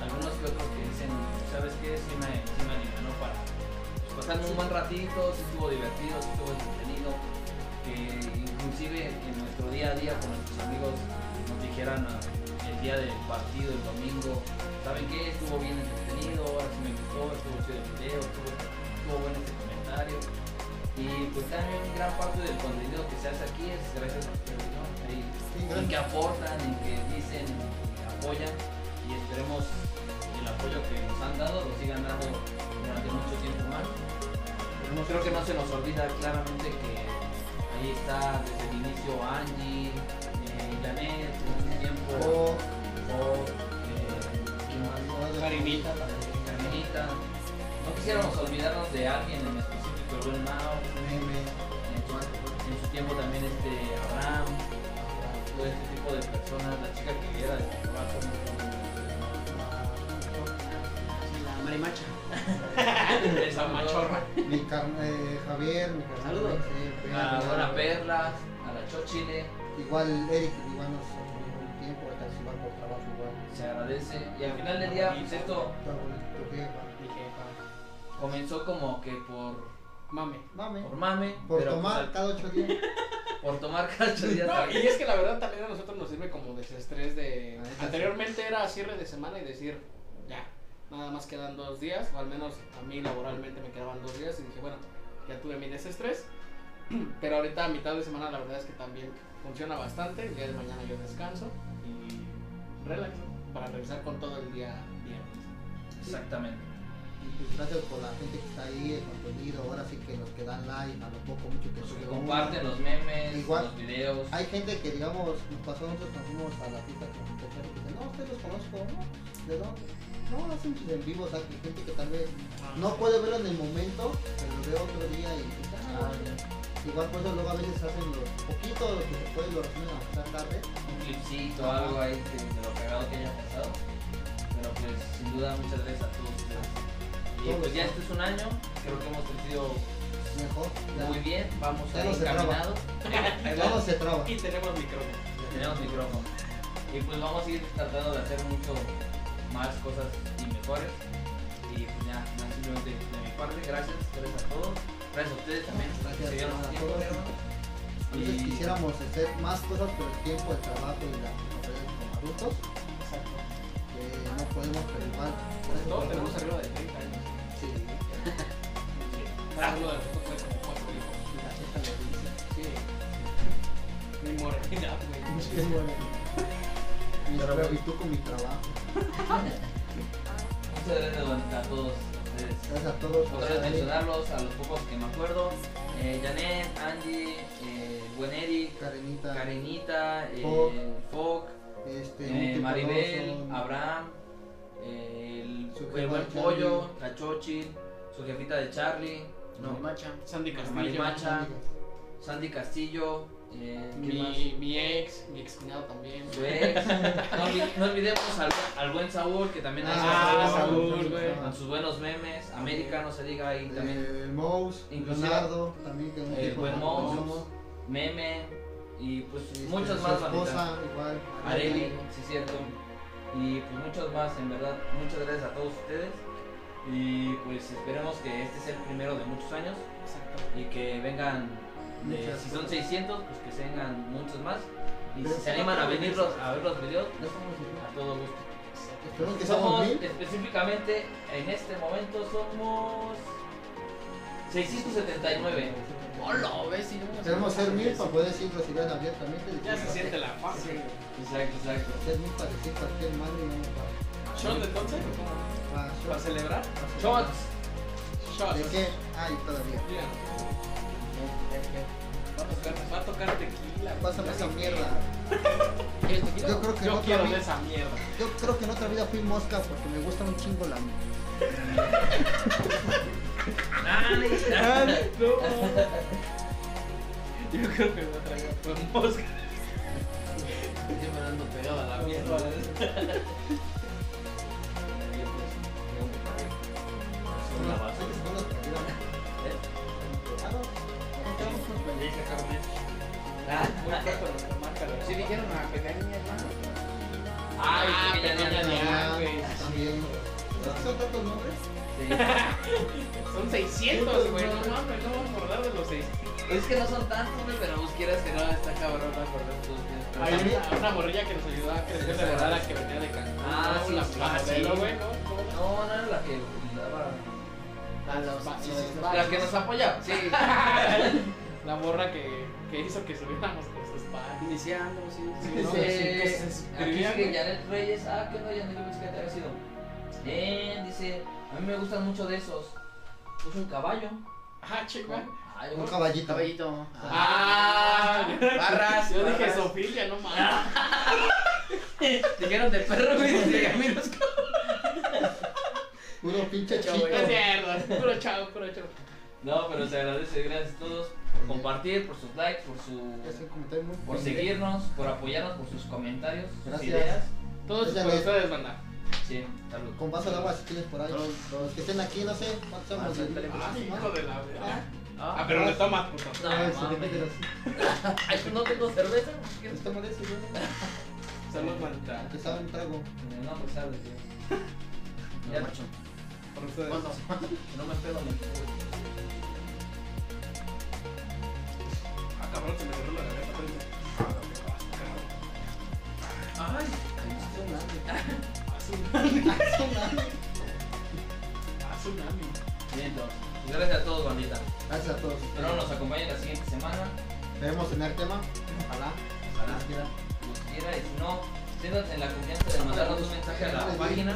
Speaker 1: algunos que otros que dicen, ¿sabes qué? Sí me, sí me animó para pues, pasar un buen ratito, sí estuvo divertido, sí estuvo entretenido, que inclusive en nuestro día a día con nuestros amigos nos dijeran ah, el día del partido, el domingo, ¿saben qué? Estuvo bien entretenido, ahora sí me gustó, estuvo chido el video, estuvo, estuvo bueno este comentario. Y pues también gran parte del contenido que se hace aquí es gracias a ustedes, ¿no? Y, y que aportan, y que dicen, y que apoyan, y esperemos que el apoyo que nos han dado lo sigan dando durante mucho tiempo más. Pero no- creo que no se nos olvida claramente que ahí está desde el inicio Angie, eh, Janet, en un tiempo,
Speaker 2: O.
Speaker 1: o, eh, ¿quién más? Carinita, Carinita. No quisiéramos olvidarnos de alguien en específico, el buen Mao. En su, en su tiempo también este Abraham, todo este tipo de personas, la chica que era de trabajo.
Speaker 4: la marimacha.
Speaker 1: Esa machorra.
Speaker 2: mi carnal, eh, Javier, mi carnal,
Speaker 1: Saludos. Ah,
Speaker 2: eh,
Speaker 1: A
Speaker 2: Perla,
Speaker 1: Dora Perla, a la Chochile,
Speaker 2: Igual Eric, igual nos dio un tiempo, ahorita sí va por trabajo igual.
Speaker 1: se agradece. Y al final del día, pues esto
Speaker 2: Tu abuelito, tu jefa.
Speaker 1: comenzó como que por,
Speaker 4: Mame.
Speaker 2: Mame.
Speaker 1: por mame,
Speaker 2: Por
Speaker 1: pero, pues,
Speaker 2: tomar
Speaker 1: al-
Speaker 2: cada ocho días.
Speaker 1: por tomar cada ocho días.
Speaker 4: No, y es que la verdad también a nosotros nos sirve como desestrés de...
Speaker 2: Ah, eso
Speaker 4: Anteriormente era cierre de semana y decir, ya, nada más quedan dos días, o al menos a mí laboralmente me quedaban dos días y dije, bueno, ya tuve mi desestrés. Pero ahorita a mitad de semana la verdad es que también funciona bastante, el día de mañana yo descanso y relax, ¿no? para regresar con todo el día viernes.
Speaker 1: Exactamente.
Speaker 2: Y pues gracias por la gente que está ahí, el contenido, ahora sí que los que dan like, a lo poco, mucho que
Speaker 1: Los que
Speaker 2: sube uno.
Speaker 1: comparten los memes,
Speaker 2: Igual.
Speaker 1: los videos.
Speaker 2: Hay gente que, digamos, nos pasó, nosotros nos fuimos a la fiesta con los cachorros y dicen, no, ustedes los conozco, ¿no? ¿De dónde? No, hacen sus en vivo, o sea, que hay gente que tal vez no puede verlo en el momento, pero lo ve otro día y dice, ah, igual por eso luego a veces hacen los poquitos, los que se pueden, los resumen a pasar tarde.
Speaker 1: un clipcito,
Speaker 2: Ajá.
Speaker 1: algo ahí que- de lo cagado que haya pasado. Pero pues sin duda muchas gracias a todos ustedes. Y
Speaker 2: Todos
Speaker 1: pues ya
Speaker 2: los-
Speaker 1: este es un año, creo que hemos crecido
Speaker 2: Mejor, ya,
Speaker 1: muy bien, vamos
Speaker 2: Ya
Speaker 1: ahí
Speaker 2: no se traba.
Speaker 1: encaminados,
Speaker 2: todo se traba.
Speaker 4: Y tenemos micrófono.
Speaker 1: tenemos micrófono. Y pues vamos a ir tratando de hacer mucho más cosas y mejores. Y pues ya, nada, simplemente de mi parte, gracias, gracias a todos. Gracias a ustedes también.
Speaker 2: Gracias
Speaker 1: se dieron
Speaker 2: a
Speaker 1: su tiempo,
Speaker 2: todos. Pues,
Speaker 1: hermano.
Speaker 2: Entonces
Speaker 1: Y-
Speaker 2: quisiéramos hacer más cosas por el tiempo, el trabajo y las redes como adultos. no podemos, pero igual. gracias
Speaker 3: Todos
Speaker 2: por
Speaker 3: tenemos
Speaker 2: vernos.
Speaker 3: arriba de 30 años. Ah,
Speaker 2: Sí.
Speaker 3: Cada uno de nosotros tiene como cuatro hijos. Sí. Mi morena, güey.
Speaker 2: Sí, bueno. Mi esclavitud con mi trabajo.
Speaker 1: Muchas gracias Juanita, a todos ustedes.
Speaker 2: Gracias a todos por
Speaker 1: Otra vez
Speaker 2: estar ahí.
Speaker 1: mencionarlos, a los pocos que me acuerdo. Eh, Janet, Angie, eh, Buen Eric,
Speaker 2: Karenita,
Speaker 1: Karenita, eh,
Speaker 2: Foc,
Speaker 1: Foc,
Speaker 2: este,
Speaker 1: eh,
Speaker 2: un tipo
Speaker 1: Maribel,
Speaker 2: Lawson,
Speaker 1: Abraham, eh, el,
Speaker 2: Su
Speaker 1: el
Speaker 2: jefa
Speaker 1: buen
Speaker 2: de Charlie.
Speaker 1: pollo, la Chochi, su jefita de Charlie, no,
Speaker 5: Macha.
Speaker 3: Sandy
Speaker 1: Mari
Speaker 3: Castillo.
Speaker 1: Macha, Sandy Castillo, eh, ¿quién más?
Speaker 3: Mi, mi ex, mi ex cuñado también.
Speaker 1: Su ex. No, olvi- no olvidemos al, al buen Saúl, que también hace
Speaker 3: Ah,
Speaker 1: sus-
Speaker 3: Saúl, güey.
Speaker 1: con sus buenos memes. América, no se diga ahí también.
Speaker 2: El Mouse,
Speaker 1: Inclusive-
Speaker 2: eh, Leonardo, también que me
Speaker 1: El
Speaker 2: dijo
Speaker 1: buen
Speaker 2: que
Speaker 1: Mouse,
Speaker 2: somos,
Speaker 1: Meme y pues
Speaker 2: este,
Speaker 1: muchos
Speaker 2: su
Speaker 1: más,
Speaker 2: esposa,
Speaker 1: bandita.
Speaker 2: igual.
Speaker 1: Areli, sí, cierto. Y pues muchos más, en verdad. Muchas gracias a todos ustedes. Y pues esperemos que este sea el primero de muchos años
Speaker 3: Exacto.
Speaker 1: y que vengan, de-
Speaker 2: Muchas
Speaker 1: si son
Speaker 2: cosas.
Speaker 1: 600, pues que vengan muchos más. Y
Speaker 2: Pero-
Speaker 1: si se animan a venirlos a ver los videos,
Speaker 2: Ya estamos en-
Speaker 1: a todo gusto.
Speaker 2: Espero que
Speaker 1: Somos
Speaker 2: seamos mil.
Speaker 1: específicamente en este momento somos 679.
Speaker 5: Hola, ves, si no me
Speaker 2: Queremos ser mil para poder decir groserías abiertamente.
Speaker 3: Ya se siente la paz.
Speaker 1: Exacto, exacto.
Speaker 2: Ser mil para decir cualquier madre y no para-
Speaker 3: ¿Shot entonces?
Speaker 2: para.
Speaker 3: ¿Para celebrar?
Speaker 2: para-
Speaker 1: Shots.
Speaker 3: Shot.
Speaker 2: ¿De qué? Ay, todavía.
Speaker 3: Mira, va a tocar, va a tocar tequila. güey.
Speaker 2: Pásame esa mierda. Yo creo que en
Speaker 3: Yo
Speaker 2: otra
Speaker 3: quiero
Speaker 2: vida-
Speaker 3: de esa mierda.
Speaker 2: Yo creo que en otra vida fui mosca porque me gusta un chingo la
Speaker 3: Yo creo que voy a traer con mosca.
Speaker 4: Yo me ando pegado a la mierda.
Speaker 2: Una basura.
Speaker 3: Muy
Speaker 1: Ah,
Speaker 3: fuerte nuestra marca, Ah, la
Speaker 5: Si
Speaker 3: verdad.
Speaker 5: dijeron a pegar niña, hermano.
Speaker 1: Ay,
Speaker 3: Ah,
Speaker 1: ya, ya, ya, ya.
Speaker 3: Ah, güey.
Speaker 2: También. ¿Son tantos nombres?
Speaker 3: Son 600, güey. No mames, no vamos a acordar de los 600.
Speaker 1: Es que no son tantos, güey, pero vos quieras que no está cabrón no acordar todos ustedes. Pero
Speaker 3: Hay
Speaker 1: también-
Speaker 3: una, una morrilla que nos ayudó a crecer de verdad, la que venía de Cancún.
Speaker 1: Ah,
Speaker 3: ¿no?
Speaker 1: sí,
Speaker 3: la
Speaker 1: sí,
Speaker 3: la
Speaker 1: ah, sí.
Speaker 3: modelo, güey, ¿no? ¿Cómo era?
Speaker 1: No, no era la que daba-
Speaker 5: A los
Speaker 3: Sí, sí, sí.
Speaker 1: La que nos apoyaba. Sí.
Speaker 3: La morra que, que hizo que subiéramos con sus padres.
Speaker 5: Iniciando, sí.
Speaker 3: Sí,
Speaker 1: Dice,
Speaker 3: ¿no? Así que se
Speaker 1: aquí
Speaker 3: suscribían,
Speaker 1: es que
Speaker 3: güey.
Speaker 1: Janet Reyes, ah, que no, Janet Reyes, que te había sido. Eh, dice, a mí me gustan mucho de esos. Puso un caballo.
Speaker 3: Ah, chica.
Speaker 1: Ay,
Speaker 2: Un
Speaker 1: güey.
Speaker 2: caballito.
Speaker 5: Caballito.
Speaker 3: Ah,
Speaker 5: Barras.
Speaker 3: yo dije
Speaker 5: barras.
Speaker 3: Sofía, no mames.
Speaker 1: Dijeron de perro, güey. dice, a mí no es
Speaker 2: Puro pinche
Speaker 5: Chavo,
Speaker 2: chico.
Speaker 3: No es cierto, puro chavo, puro chavo.
Speaker 1: No, pero se agradece, gracias a todos por compartir, por sus likes, por
Speaker 2: Es
Speaker 1: su
Speaker 2: un comentario muy
Speaker 1: por
Speaker 2: pendejo.
Speaker 1: seguirnos, por apoyarnos, por sus comentarios, sus
Speaker 2: Gracias.
Speaker 1: ideas.
Speaker 3: Todos
Speaker 2: Ella
Speaker 3: por
Speaker 2: no-
Speaker 3: ustedes, banda.
Speaker 1: Sí, salud.
Speaker 2: Con vaso de agua si tienes por ahí. Los que estén aquí, no sé. ¿Cuántos somos?
Speaker 5: Ah, dale,
Speaker 3: Ah,
Speaker 2: Sí,
Speaker 3: hijo de la verga. Ah,
Speaker 1: Ah,
Speaker 3: pero le tomas, puto.
Speaker 1: no,
Speaker 2: Ah,
Speaker 1: mames.
Speaker 2: se te mete los-
Speaker 1: Ay, pues no tengo cerveza. ¿qué?
Speaker 2: Está molesto, ¿no?
Speaker 3: Salud, maldita.
Speaker 2: Que sabe un trago.
Speaker 1: No, pues sabes, tío. Ya,
Speaker 5: macho.
Speaker 3: Por ustedes.
Speaker 5: ¿Cuánto?
Speaker 1: no me pedo, me
Speaker 3: Ah, cabrón, se me cerró la garganta.
Speaker 1: Ay,
Speaker 3: Ah, tsunami.
Speaker 1: bien, entonces. Pues Gracias a todos, bandita.
Speaker 2: Gracias a todos.
Speaker 1: Espero nos acompañen la siguiente semana.
Speaker 2: Esperemos tener tema. Ojalá.
Speaker 1: Ojalá. Los quiera y si no, siéntate en la confianza de mandarnos un mensaje a la página.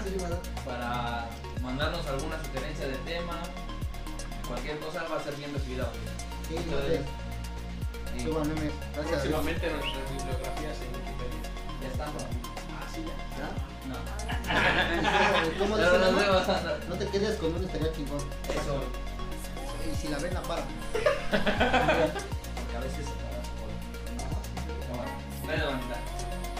Speaker 1: para mandarnos alguna sugerencia de tema, cualquier cosa va a ser bien recibida.
Speaker 2: Sí, no sé.
Speaker 1: Y
Speaker 2: Suban memes. Gracias.
Speaker 3: Próximamente nuestras bibliografías en Wikipedia.
Speaker 1: ya estamos.
Speaker 3: Ah, sí, ya.
Speaker 2: ¿Ya?
Speaker 1: No,
Speaker 2: ¿Cómo
Speaker 1: pero
Speaker 2: dice,
Speaker 1: nos
Speaker 2: no?
Speaker 1: vemos. hasta-
Speaker 2: No te quedes con un estaría chingón.
Speaker 1: Eso.
Speaker 2: Y si la ven, la para.